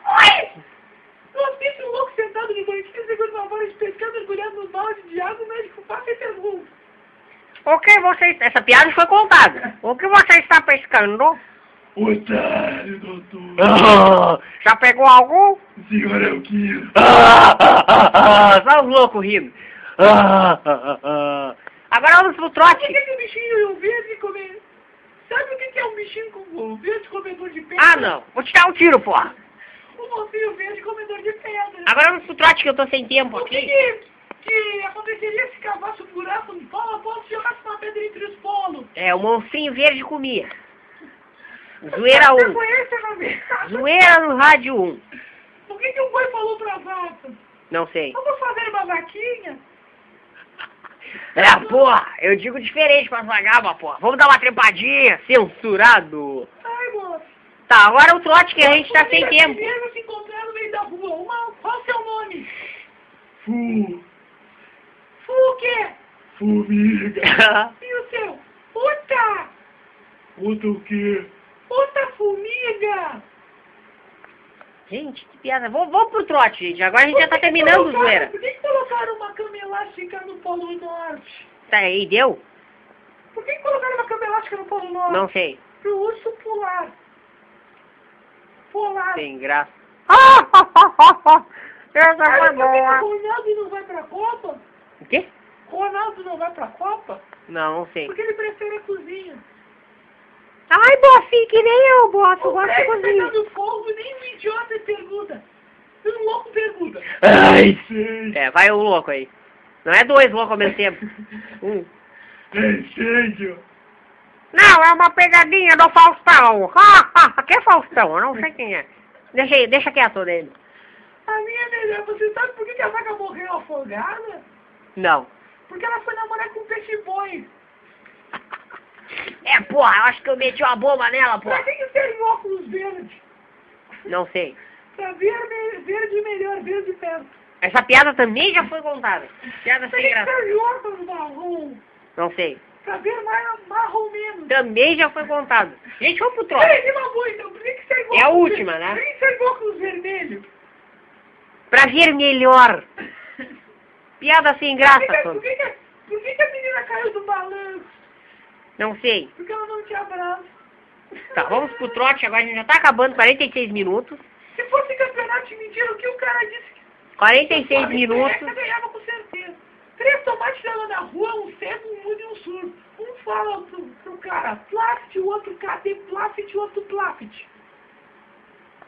C: No hospício, um louco sentado de doentinho, segurando uma bola de pescado, mergulhado no balde de água, o médico passa e pergunta.
B: O que você... Essa piada foi contada. O que você está pescando?
F: Otário, doutor.
D: ah,
B: Já pegou algum?
F: O senhor é o Kiro.
D: ah, ah, ah, ah,
B: Só os loucos rindo.
D: ah, ah, ah.
B: Agora vamos pro
C: Sabe o que,
B: trote.
C: que é um bichinho verde comer? Sabe o que, que é um bichinho com verde comedor de pedra?
B: Ah, não. Vou te dar um tiro, porra.
C: Um mocinho verde comedor de pedra.
B: Agora vamos pro trote que eu tô sem tempo
C: o que,
B: aqui.
C: que, que aconteceria se cavasse um buraco no polo a polo se jogasse uma pedra entre os polos?
B: É, o monstrinho verde comia. Zoeira
C: Você
B: 1.
C: conhece essa merda?
B: Zoeira no rádio 1.
C: O que, que o boi falou pra vaca?
B: Não sei.
C: Vamos fazer uma vaquinha?
B: É, porra, eu digo diferente pra vagaba, porra. Vamos dar uma trepadinha, censurado.
C: Ai, moço. é
B: Tá, agora o trote que a gente tá sem tempo.
C: Primeiro se encontrar no meio da rua. Uma, qual o seu nome?
F: Fu,
C: Fu o quê?
F: formiga.
C: E o seu? Puta!
F: Puta o quê?
C: Puta formiga!
B: gente, que piada. Vamos, vamos pro trote, gente. Agora a gente já tá
C: Por que que
B: terminando,
C: colocaram-
B: zoeira.
C: Por que que colocaram uma cama elástica no Polo Norte?
B: Tá aí, deu?
C: Por que que colocaram uma cama elástica no Polo Norte?
B: Não sei.
C: Pro urso pular. Pular.
B: Sem graça. Essa
C: Cara,
B: foi
C: por que que o
B: boa.
C: Ronaldo não vai pra Copa?
B: O quê?
C: Ronaldo não vai pra Copa?
B: Não, não sei.
C: Porque ele prefere a cozinha.
B: Ai, bofe, que nem eu, bofe, eu
C: O
B: gosto de
C: prédio
B: cozinha.
C: tá pegando fogo e nem um idiota pergunta. E um louco pergunta.
D: Ai, sei.
B: É, vai o louco aí. Não é dois loucos ao mesmo tempo. Um.
C: É
D: Incêndio.
B: Não, é uma pegadinha do Faustão. que é Faustão? Eu não sei quem é. Deixa, aí, deixa quieto dele.
C: A minha é melhor. Você sabe por que que a vaca morreu afogada?
B: Não.
C: Porque ela foi namorar com um peixe boi.
B: É, porra, eu acho que eu meti uma bomba nela,
C: Pra
B: porra.
C: que que serve o óculos verde?
B: Não sei.
C: Pra ver me- verde melhor, verde perto.
B: Essa piada também já foi contada. Piada
C: Pra
B: sem
C: que que
B: graça.
C: serve o óculos marrom?
B: Não sei.
C: Pra ver mais marrom menos.
B: Também já foi contada. Gente, vamos pro troço.
C: Peraí, de uma boa então. Por que que serve o
B: É a
C: óculos
B: última,
C: ver-
B: né?
C: Por que que serve o óculos vermelho?
B: Pra ver melhor. Piada sem
C: Por que
B: graça,
C: que-
B: Tom.
C: Por que que- por que que a menina caiu do balanço?
B: Não sei.
C: Porque ela não te abraça.
B: Tá, vamos pro trote agora. A gente já tá acabando 46 minutos.
C: Se fosse campeonato de mentira, o que o cara disse que
B: 46
C: Flamengo
B: minutos.
C: Essa ganhava com certeza. Três tomates lá na rua, um cego, um mudo e um surdo. Um fala pro, pro cara plafit, o outro cadê plafit, o outro plafit.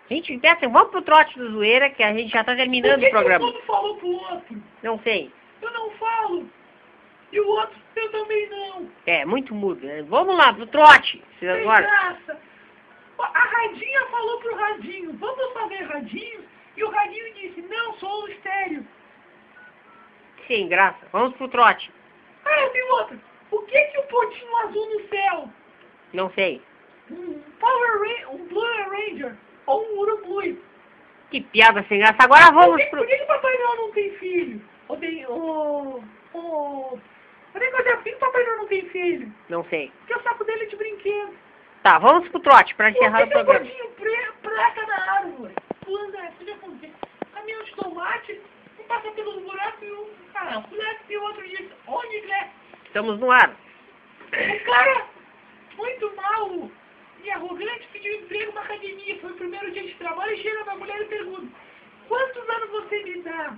B: Gente, então, assim, vamos pro trote do Zoeira, que a gente já tá
C: Por
B: terminando
C: que
B: o programa.
C: que um falou pro outro?
B: Não sei.
C: Eu não falo. E o outro, eu também não.
B: É, muito mudo. né? Vamos lá, pro trote. Vocês
C: Sem
B: Agora.
C: graça. Ó, A Radinha falou pro Radinho, vamos fazer Radinho? E o Radinho disse, não, sou um estéreo.
B: Sem graça. Vamos pro trote.
C: Ah, eu tenho outra. O que que o pontinho azul no céu?
B: Não sei.
C: um Power Ranger, um Blue Ranger ou um Uruguai.
B: Que piada sem graça. Agora
C: Por
B: vamos
C: que, por
B: pro.
C: que que o Papai Noel não tem filho? Ou tem. O. O. O negócio é assim que o Papai Noel não tem filho.
B: Não sei.
C: Porque o saco dele é de brinquedo.
B: Tá, vamos pro trote pra
C: Por
B: encerrar
C: que
B: o
C: que o
B: programa.
C: gordinho pre- placa na árvore? Pula, isso já aconteceu. Caminhão de tomate, um passa pelo buraco e um. Ah, moleque, e o outro diz: onde é?
B: Estamos no ar.
C: O cara, muito mal e arrogante, pediu emprego numa academia. Foi o primeiro dia de trabalho e chega na mulher e pergunta: Quantos anos você me dá?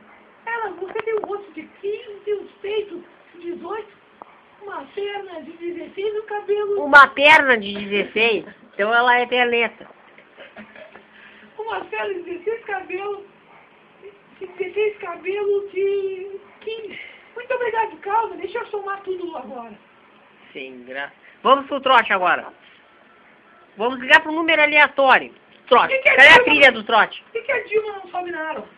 C: Ela, você tem um rosto de 15, uns peitos de 18, uma perna de 16 e um cabelo.
B: Uma perna de 16, então ela é peleta.
C: Uma perna de 16 cabelo. De 16 cabelo de 15. Muito obrigado, calma, deixa eu somar tudo agora.
B: Sem graça. Vamos pro trote agora. Vamos ligar pro número aleatório. Trote.
C: Que que é
B: Cadê a
C: isso?
B: trilha do trote?
C: Por que, que a Dilma não sobe na árvore?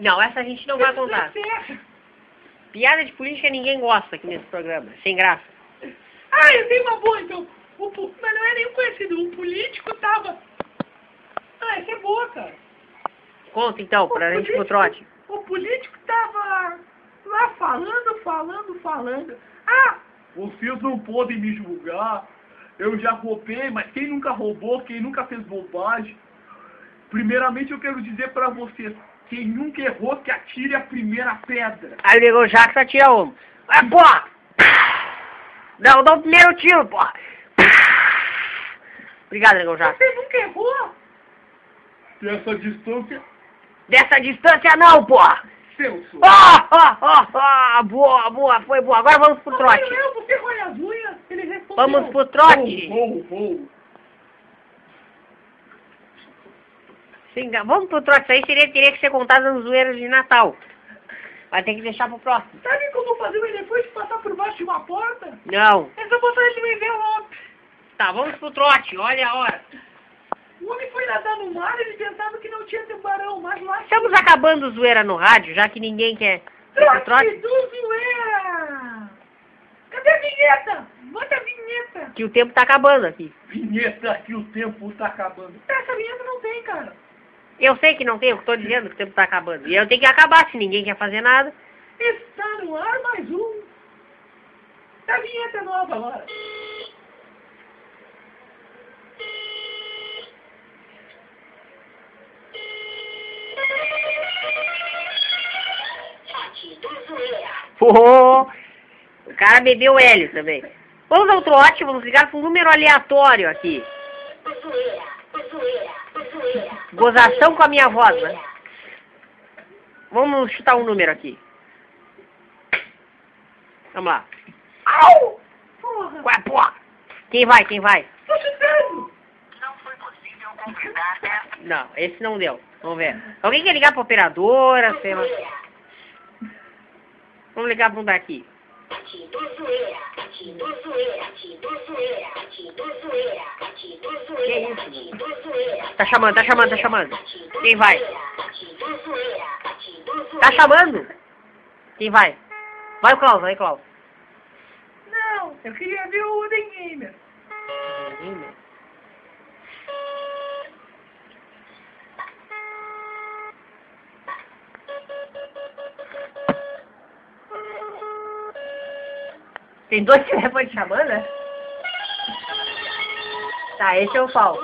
B: Não, essa a gente não vai contar.
C: é
B: Piada de política ninguém gosta aqui nesse programa. Sem graça.
C: Ah, eu tenho uma boa, então. O, po- mas não é nenhum conhecido. O político tava. Ah, essa é boa, cara.
B: Conta então, pra gente ir pro trote.
C: O político tava lá falando, falando, falando. Ah,
F: Vocês não podem me julgar. Eu já roubei, mas quem nunca roubou, quem nunca fez bobagem. Primeiramente eu quero dizer pra vocês, quem nunca errou, que atire a primeira pedra.
B: Aí ligou o Jackson atira um. É, porra! Não, dá o primeiro tiro, porra! Obrigado, Negão Jackson.
C: você nunca errou?
F: Dessa distância,
B: Dessa distância não, porra!
F: senso.
B: Ah, ah, ah, ah, boa, boa, foi boa. Agora vamos pro
C: Papai
B: trote.
C: Noel, você roia as unhas? Ele respondeu.
B: Vamos pro trote.
F: Vou, vou.
B: Sim, vamos pro trote. Isso aí seria, teria que ser contado nos zoeiros de Natal. Vai ter que deixar pro próximo.
C: Sabe como fazer o elefante passar por baixo de uma porta?
B: Não.
C: É só botar ele no envelope.
B: Tá, vamos pro trote. Olha a hora.
C: O homem foi nadar no mar, ele pensava que não tinha tubarão, mas lá
B: Estamos acabando o zoeira no rádio, já que ninguém quer. Esse
C: Trote
B: trote
C: do Zoeira! é. Cadê a vinheta? Bota a vinheta!
B: que o tempo tá acabando aqui.
F: Vinheta que o tempo tá acabando.
C: Essa vinheta não tem, cara.
B: Eu sei que não tem, eu tô dizendo que o tempo tá acabando. E eu tenho que acabar se ninguém quer fazer nada.
C: Está no ar mais um. Tá A vinheta nova agora.
E: Trote do Zoeira.
B: Oh, O cara bebeu Hélio também. Vamos ao trote, vamos ligar para um número aleatório aqui. Gozação com a minha voz, né? Vamos chutar um número aqui. Vamos lá.
C: Au! Porra!
B: Ué, porra! Quem vai, quem vai?
C: Tô chutando!
B: Não, esse não deu. Vamos ver. Alguém quer ligar pra operadora, sei lá. Vamos ligar pra um daqui. Que isso, mano? Tá chamando, tá chamando, tá chamando. Quem vai? Tá chamando? Quem vai? Vai o Klaus, vai o Klaus.
C: Não, eu queria ver o Oden Gamer.
B: Tem dois telefones chamando, né? Tá, esse é o pau.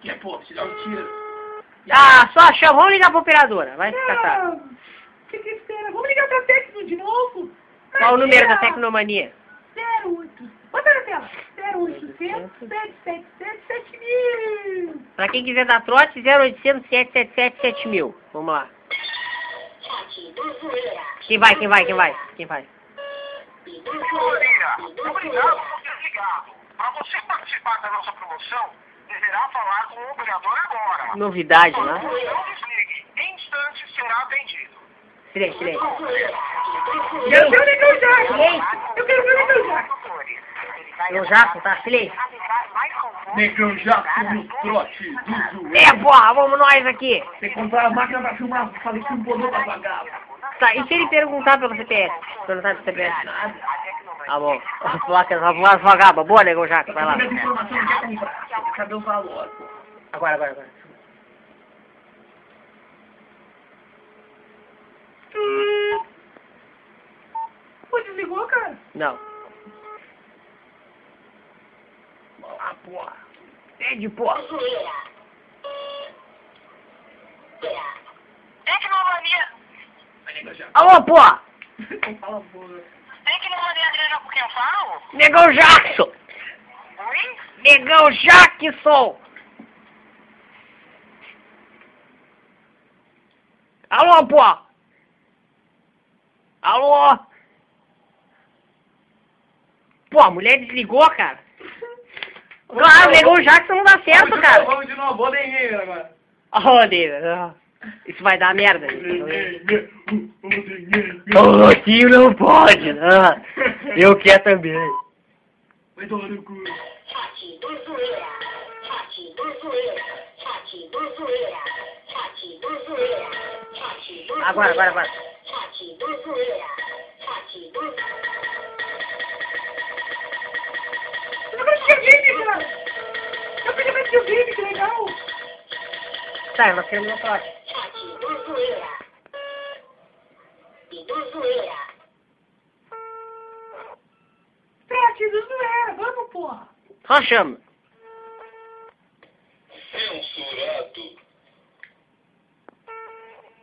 F: Que é, pô, te dá um tiro.
B: Ah, só chama, vamos ligar pra operadora. Vai se catar.
C: Não! Ah, Que tristeza! Vamos ligar pra Tecno de novo?
B: Qual o número da
C: Tecno?
B: Tecnomania?
C: 08. Bota na tela. 0800 777 7000.
B: Pra quem quiser dar trote, 0800 777 7000. Vamos lá. Quem vai, quem vai, quem vai? Quem vai?
G: Senhoria, obrigado por ter ligado. Para você participar da nossa promoção, deverá falar com o operador agora.
B: Novidade, né?
G: Não desligue, em instantes será atendido.
B: Silêncio, silêncio.
C: Eu quero ver meu jato!
B: Gente.
C: Eu quero ver meu jato!
B: Eu já, tá? Silêncio.
F: Negão já subiu o trote do
B: É,
F: zoeiro.
B: porra, vamos nós aqui.
F: Você comprar a máquina pra filmar, falei que um bonou pra pagar.
B: Tá, e se ele perguntar pelo CPF? Perguntar pelo CPF? Tá bom. As placas, as placas vagaba. Boa, negão Jaca, vai lá.
F: Primeira informação não quer comprar. Cadê o valor, pô?
B: Agora, agora, agora.
C: Hum. Pô, desligou, cara?
B: Não.
F: Vai lá, porra.
B: Ah, Pede, porra.
E: Tecnomania,
F: Vai, negão já.
B: Alô, porra!
F: Não fala porra.
E: Tecnomania, Adriana, com quem eu falo?
B: Negão Jackson!
E: Oi?
B: Negão Jackson! Alô, pô! Alô? Pô, a mulher desligou, cara. Claro, o Negão Jackson não dá certo,
F: Vamos de novo,
B: cara.
F: Vamos de novo, vou dinheiro agora.
B: Ô, David, ó. isso vai dar merda.
D: O louquinho não pode, né? Eu quero também.
F: Vai tomar no cu.
B: Agora, agora, agora.
C: Eu não quero que game, cara! Eu queria ver seu game, que legal!
B: Tá, nós terminamos o trote.
C: Trote, Deus não era, vamos, porra!
B: Só chama.
A: Censurado.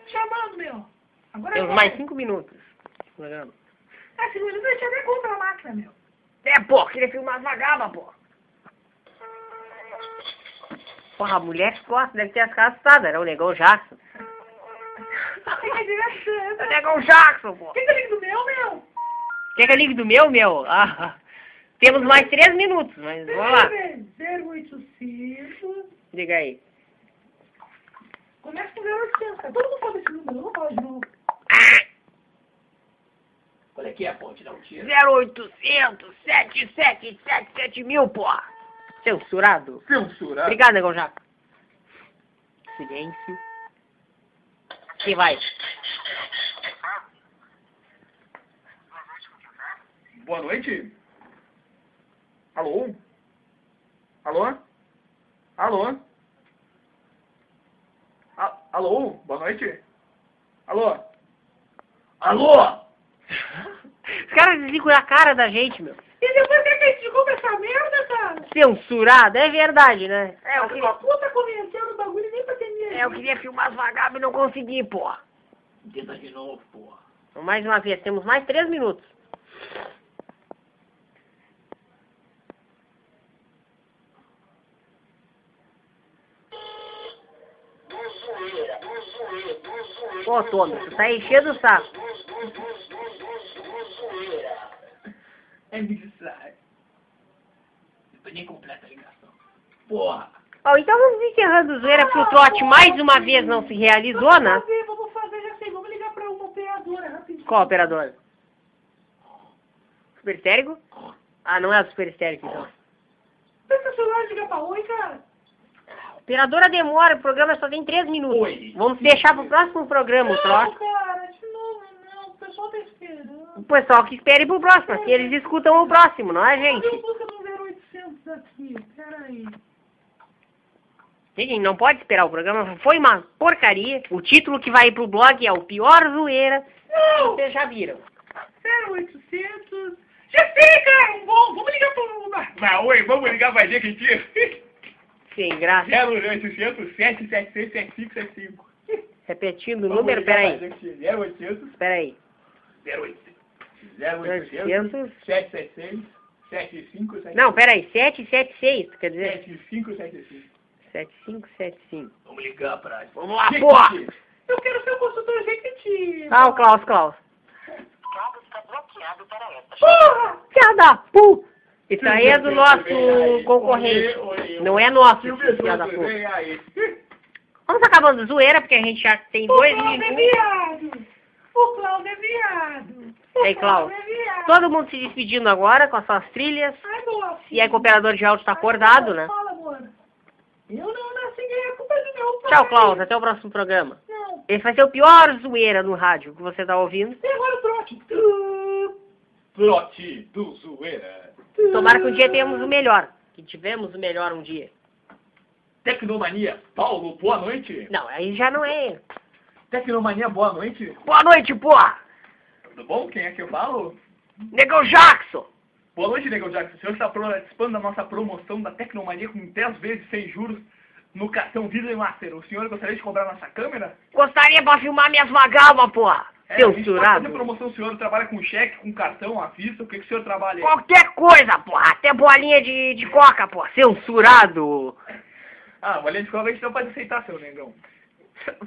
C: Chamando, meu! Agora
B: Temos
C: é
B: mais cinco minutos. Programa.
C: Ah, se não deixar nem comprar a máquina, meu!
B: É, pô, queria filmar as vagabas, pô. Porra, a mulher que gosta, deve ter as caras assustadas. Era o Negão Jackson.
C: Tem que ver a
B: É o
C: chance!
B: Negão Jackson, pô.
C: Quem tá ligado meu, meu?
B: Quer que eu ligue do meu, meu? Ah, temos mais três minutos, mas vamos lá.
C: Zero, oito, cinco.
B: Liga aí.
C: Começa com 0800, cara. Todo mundo sabe esse número, eu não falo de novo.
F: Olha aqui, é, pô, te dá um tiro.
B: 0800 777 mil, porra. Censurado.
F: Censurado.
B: Obrigado, Negão Jackson. Silêncio. Quem vai?
F: Boa noite. Alô? Alô? Alô? A- Alô? Boa noite. Alô? Alô?
B: Os caras desligam a cara da gente, meu.
C: E depois quer que a gente compra é essa merda, cara?
B: Censurado, é verdade, né? É, eu
C: Filha da puta começando o É, bagulho e nem pra ter dinheiro.
B: É, eu queria filmar as vagabas e não consegui, porra.
F: Tenta de novo, porra.
B: Então, mais uma vez, temos mais três minutos. Ô, Tommy, tu tá enchendo o saco.
F: É necessário. Eu nem completa a ligação. Porra!
B: Bom, então vamos encerrando o zoeira porque o trote mais uma vez não se realizou, né?
C: Vamos fazer, vamos fazer, já sei. Vamos ligar pra uma operadora rapidinho.
B: Qual operadora? Super estérico? Ah, não é a super estérico, então.
C: Pensa o celular e liga pra oi, cara.
B: Operadora demora, o programa só tem três minutos.
F: Oi.
B: Vamos deixar pro próximo programa o
C: Não,
B: trote.
C: cara, de novo, não. O pessoal tá esperando.
B: O pessoal que espere pro próximo, assim eles escutam o próximo, não é, gente?
C: Cadê o busca número 800 aqui? Peraí.
B: Gente, não pode esperar o programa, foi uma porcaria. O título que vai pro blog é o pior zoeira que
C: Não!
B: vocês já viram.
C: 0800. Já sei, cara. um Bom, vamos ligar pra uma.
F: Mas oi, vamos ligar mais dia que dia.
B: Sem graça.
F: 0800 776 7575.
B: Repetindo o número, peraí,
F: 0800
B: peraí.
F: 0800 776 7575.
B: Não, é. peraí, 776, quer dizer,
F: 7575.
B: 7575.
F: Vamos ligar pra.
B: Vamos lá, porra!
F: é
C: Eu quero ser o consultor executivo.
B: Ah, o Klaus, Klaus.
E: Thiago está bloqueado para essa.
C: Porra!
B: Filha da pu! Isso aí é do nosso concorrente. Não é nosso, filha da puta.
F: Vem aí.
B: Vamos acabando a zoeira, porque a gente já tem
C: O
B: dois
C: Cláudio é
B: minutos.
C: viado. O Cláudio é viado. O
B: E aí, Cláudio?
C: é viado.
B: Todo mundo se despedindo agora com as suas trilhas.
C: Ai, boa,
B: E aí, que o operador de áudio tá acordado, né?
C: Fala, amor. Eu não nasci, é culpa do meu pai.
B: Tchau, Klaus. Até o próximo programa.
C: Não.
B: Esse vai ser o pior zoeira no rádio que você tá ouvindo.
C: Tem agora o trote. Tu,
F: Trote do Zoeira.
C: tu.
B: Tomara que um dia tenhamos o melhor. Que tivemos o melhor um dia.
F: Tecnomania, Paulo, boa noite.
B: Não, aí já não é.
F: Tecnomania, boa noite.
B: Boa noite, porra!
F: Tudo bom? Quem é que eu falo?
B: Negão Jackson!
F: Boa noite, Negão Jackson. O senhor está participando da nossa promoção da Tecnomania com 10 vezes sem juros no cartão Visa Master. O senhor gostaria de comprar nossa câmera? É,
B: Gostaria pra filmar minhas vagalmas, porra!
F: a gente pode fazer
B: Censurado.
F: promoção, o senhor trabalha com cheque, com cartão, à vista, o que, que o senhor trabalha?
B: Qualquer coisa, porra! Até bolinha de, de coca, porra! Censurado!
F: Ah, valia de coca a gente não pode aceitar, seu negão.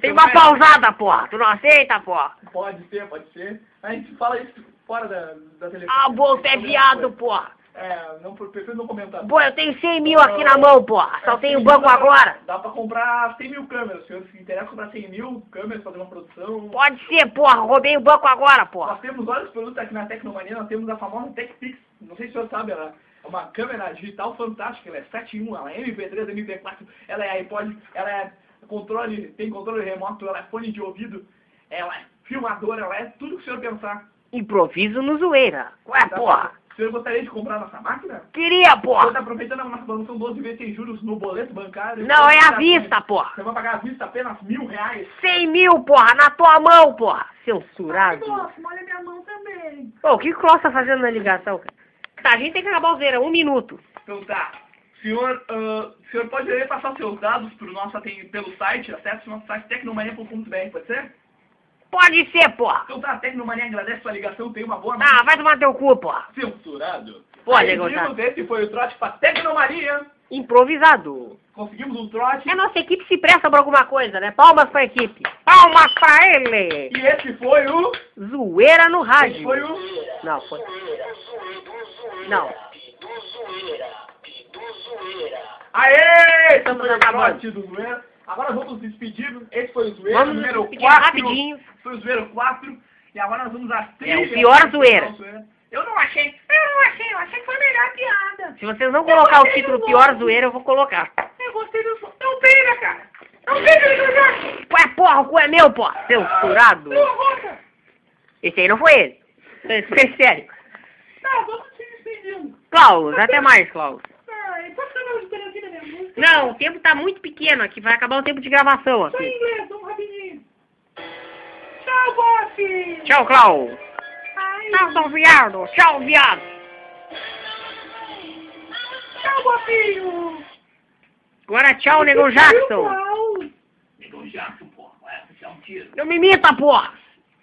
B: Tem uma pausada, porra! Tu não aceita, porra?
F: Pode ser, pode ser. A gente fala isso fora da, da televisão.
B: Ah, bom, tu é viado, porra!
F: É, não, prefiro não comentar. É,
B: Bom, eu tenho 100 mil aqui na mão, porra! Só tenho o banco agora!
F: Dá pra comprar 100 mil câmeras. Se você se interessa comprar 100 mil câmeras, fazer uma produção.
B: Pode ser, porra! Roubei o banco agora, porra!
F: Nós temos vários produtos aqui na Tecnomania. Nós temos a famosa TechPix. Não sei se o senhor sabe, ela é uma câmera digital fantástica. Ela é 7 em 1, ela é MP3, MP4, ela é iPod, ela é controle, tem controle remoto, ela é fone de ouvido, ela é filmadora, ela é tudo que o senhor pensar.
B: Improviso no zoeira! Ué,
F: Tá
B: porra!
F: O senhor gostaria de comprar nossa máquina?
B: Queria,
F: O senhor
B: porra!
F: está aproveitando a nossa promoção 12 vezes sem juros no boleto bancário.
B: Não, é à
F: Tá-
B: vista, porra!
F: Você vai pagar à vista apenas mil reais.
B: 100 mil, porra! Na tua mão, porra!
C: Ai,
F: Tá
B: Censurado!
C: nossa, molha minha mão também.
B: Pô, o que o Klaus tá fazendo na ligação, cara? Tá, a gente tem que acabar o Zeira, um minuto.
F: Então tá. Senhor, ah, o senhor pode aí passar seus dados pro nosso, aten- pelo site, acesse o nosso site tecnomania.com.br, pode ser?
B: Pode ser, porra!
F: Então tá, a Tecnomania agradece sua ligação, tenha uma boa
B: Tá, vai tomar teu cu, porra!
F: Censurado.
B: Pode,
F: Aí,
B: Negão Jato.
F: vimos, Esse foi o trote pra Tecnomania.
B: Improvisado.
F: Conseguimos um trote.
B: É nossa equipe se presta pra alguma coisa, né? Palmas pra equipe. Palmas pra ele!
F: E esse foi o...
B: Zoeira no
F: Esse foi
B: rádio.
F: o...
B: Não, foi. Não.
F: Aê! Esse
B: Estamos
F: foi o
B: acabando.
F: trote do Zoeira. Agora vamos nos despedir. Esse foi o Zoeira
B: Vamos
F: número
B: nos pedir
F: 4.
B: rapidinho.
F: Foi o Zoeiro 4. E agora nós vamos às
B: É o
F: trilhas.
B: pior zoeira.
F: Eu não achei. Eu não achei. Eu achei que foi a melhor piada.
B: Se vocês não colocar o título pior zoeira, eu vou colocar.
F: Eu gostei do som. Não pega, cara. Não pega, Jorge.
B: Ué, porra, o cu é meu, porra! Censurado!
F: roca.
B: Esse aí não foi ele. Esse foi sério.
C: Tá, vamos se despedindo.
B: Klaus, até mais, Klaus.
C: Ai, pode ficar mais esperando aqui na minha música?
B: Não, o tempo tá muito pequeno aqui, vai acabar o tempo de gravação
C: Só em
B: aqui.
C: inglês, vamos rapidinho. um Tchau, bofe.
B: Tchau, Klaus.
C: Ai,
B: Tchau, seu viado. Tchau, viado.
C: tchau, bofinho.
B: Agora tchau, Negão Jackson.
C: Tchau.
F: Negão Jackson, porra. Vai achar um tiro.
B: Não me imita, porra.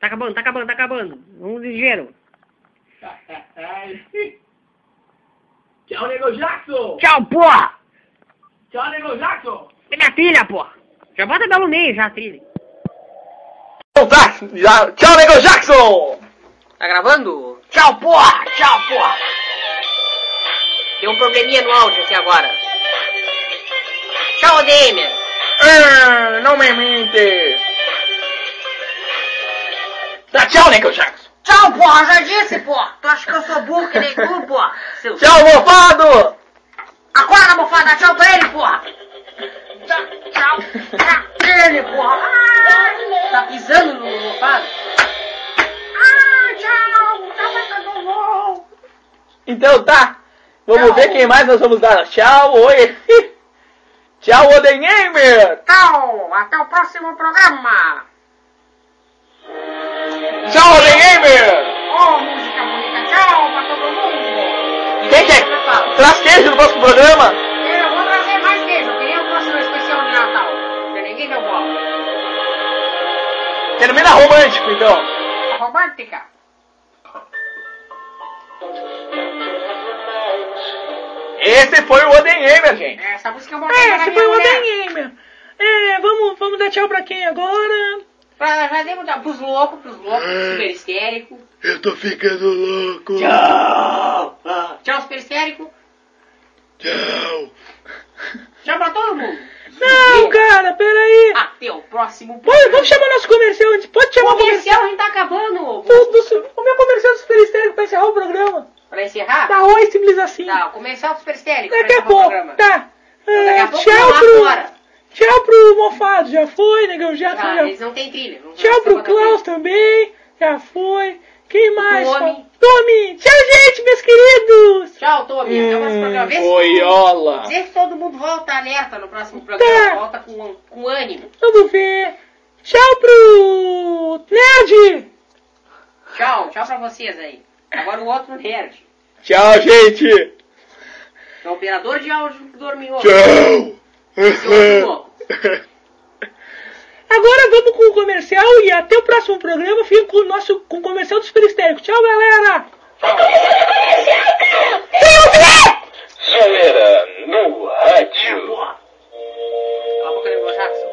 B: Tá acabando, tá acabando, tá acabando. Vamos ligeiro.
H: Tchau, Nego Jackson!
B: Tchau, porra!
H: Tchau, Nego Jackson!
B: É minha trilha, porra! Já bota Belo Meio, já a trilha.
H: Então tá, Tchau, Nego Jackson!
B: Tá gravando? Tchau, porra! Tchau, porra! Deu um probleminha no áudio aqui agora. Tchau, Damien!
H: Ah, não me mente! Dá Tá, tchau, Nego Jackson!
B: Tchau, porra! Já disse, porra! Tu acha que eu sou burro que nem tu, porra? Seu...
H: Tchau, mofado!
B: Acorda, mofada! Tchau pra ele, porra! Tchau, tchau pra ele, porra! Ai, tá pisando no mofado?
E: Ah, tchau! Tchau, mas eu não vou!
H: Então tá! Vamos
E: Tchau.
H: ver quem mais nós vamos dar. Tchau, oi! tchau, Oden Gamer!
E: Tchau! Até o próximo programa!
H: Tchau, Oden Gamer!
E: Oh, música bonita! Tchau pra todo mundo!
H: Quem é? quer? Traz queijo no nosso programa!
E: Eu vou trazer mais queijo, que nem o próximo especial de Natal. Porque ninguém deu bola.
H: Termina romântico, então!
E: Tá Romântica.
H: Esse foi o Oden Gamer, gente!
E: Essa música é eu vou trazer da minha mulher.
H: Gamer! um É, vamos, vamos dar tchau pra quem agora?
E: Pra, já demos da- pros loucos, pros loucos, pros super histérico.
D: Eu tô ficando louco.
H: Tchau!
E: Tchau, super histérico.
D: Tchau.
E: Tchau pra todo mundo.
H: Não, cara, peraí!
E: Até o próximo
H: Pô, vamos chamar nosso comercial antes. Pode chamar o comercial
E: comercial. A gente tá acabando.
H: do, do- o meu comercial do Super Estéreo pra encerrar o programa.
E: Pra encerrar?
H: Tá, oi, simples assim.
E: Tá, o comercial do super histérico.
H: Daqui a pouco, tá. É,
E: Então, Daqui a pouco
H: tchau,
E: não,
H: pro,
E: agora.
H: tchau pro Mofado, já foi, negão, já,
E: Tá,
H: já
E: eles não têm trilha. Não
H: Tchau
E: não
H: pro
E: tem
H: Klaus também, já foi. Quem mais?
E: Tommy.
H: Tome! Tchau, gente, meus queridos!
E: Tchau, Tommy. Até o próximo
H: É.
E: programa. Vê se-
H: boiola!
E: Vê se todo mundo volta alerta no próximo programa.
H: Tá.
E: Volta com, com ânimo.
H: Vamos ver. Tchau pro Nerd!
E: Tchau, tchau pra vocês aí. Agora o outro nerd.
H: Tchau, gente!
E: É o operador de áudio que dormiu.
D: Tchau.
H: Agora vamos com o comercial e até o próximo programa fica com o nosso com o comercial do Super Histérico. Tchau, galera!
I: Zoeira no rádio.
E: Cala a boca, Nego Jackson.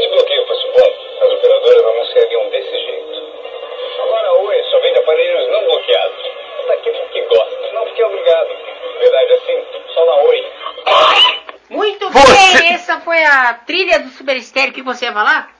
A: Desbloqueio o passaporte. As operadoras não seguiam desse jeito. Agora a Oi só vende aparelhos não bloqueados. Daqueles que gostam. Não fiquei obrigado. Verdade assim, só na Oi.
E: Muito
D: Você-
E: bem, essa foi a trilha do Super Estéreo que você ia falar?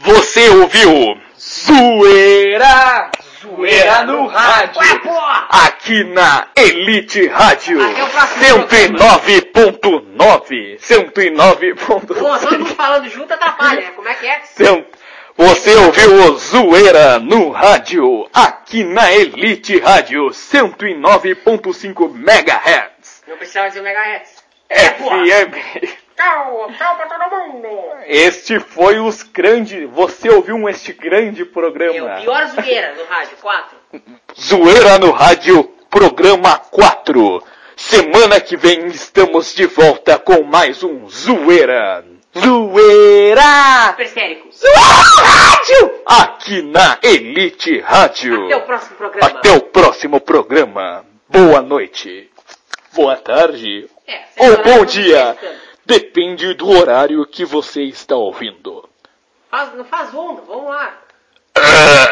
D: Você ouviu? Zoeira! Zoeira no rádio!
E: Ué, porra!
D: Aqui na Elite Rádio.
E: Até Ah, é o próximo
D: 109.9. 109.9.
E: Pô, todo mundo falando junto atrapalha, né? Como é que é?
D: Seu- Então, Você ouviu o Zoeira no rádio, aqui na Elite Rádio 109.5 MHz.
E: Não precisava dizer o megahertz.
D: FM.
E: Tchau, tchau pra todo mundo!
D: Este foi os grande. Você ouviu um este grande
E: É o
D: programa.
E: pior zoeira no rádio, 4.
D: Zoeira no rádio, programa 4. Semana que vem estamos de volta com mais um Zoeira. Zoeira!
E: Super Estérico.
D: Rádio! Aqui na Elite Rádio.
E: Até o próximo programa.
D: Até o próximo programa. Boa noite. Boa tarde.
E: É, vocês
D: Ou
E: falaram
D: bom
E: tudo
D: dia.
E: isso.
D: Depende do horário que você está ouvindo.
E: Faz- não faz onda, vamos lá.
D: Ah.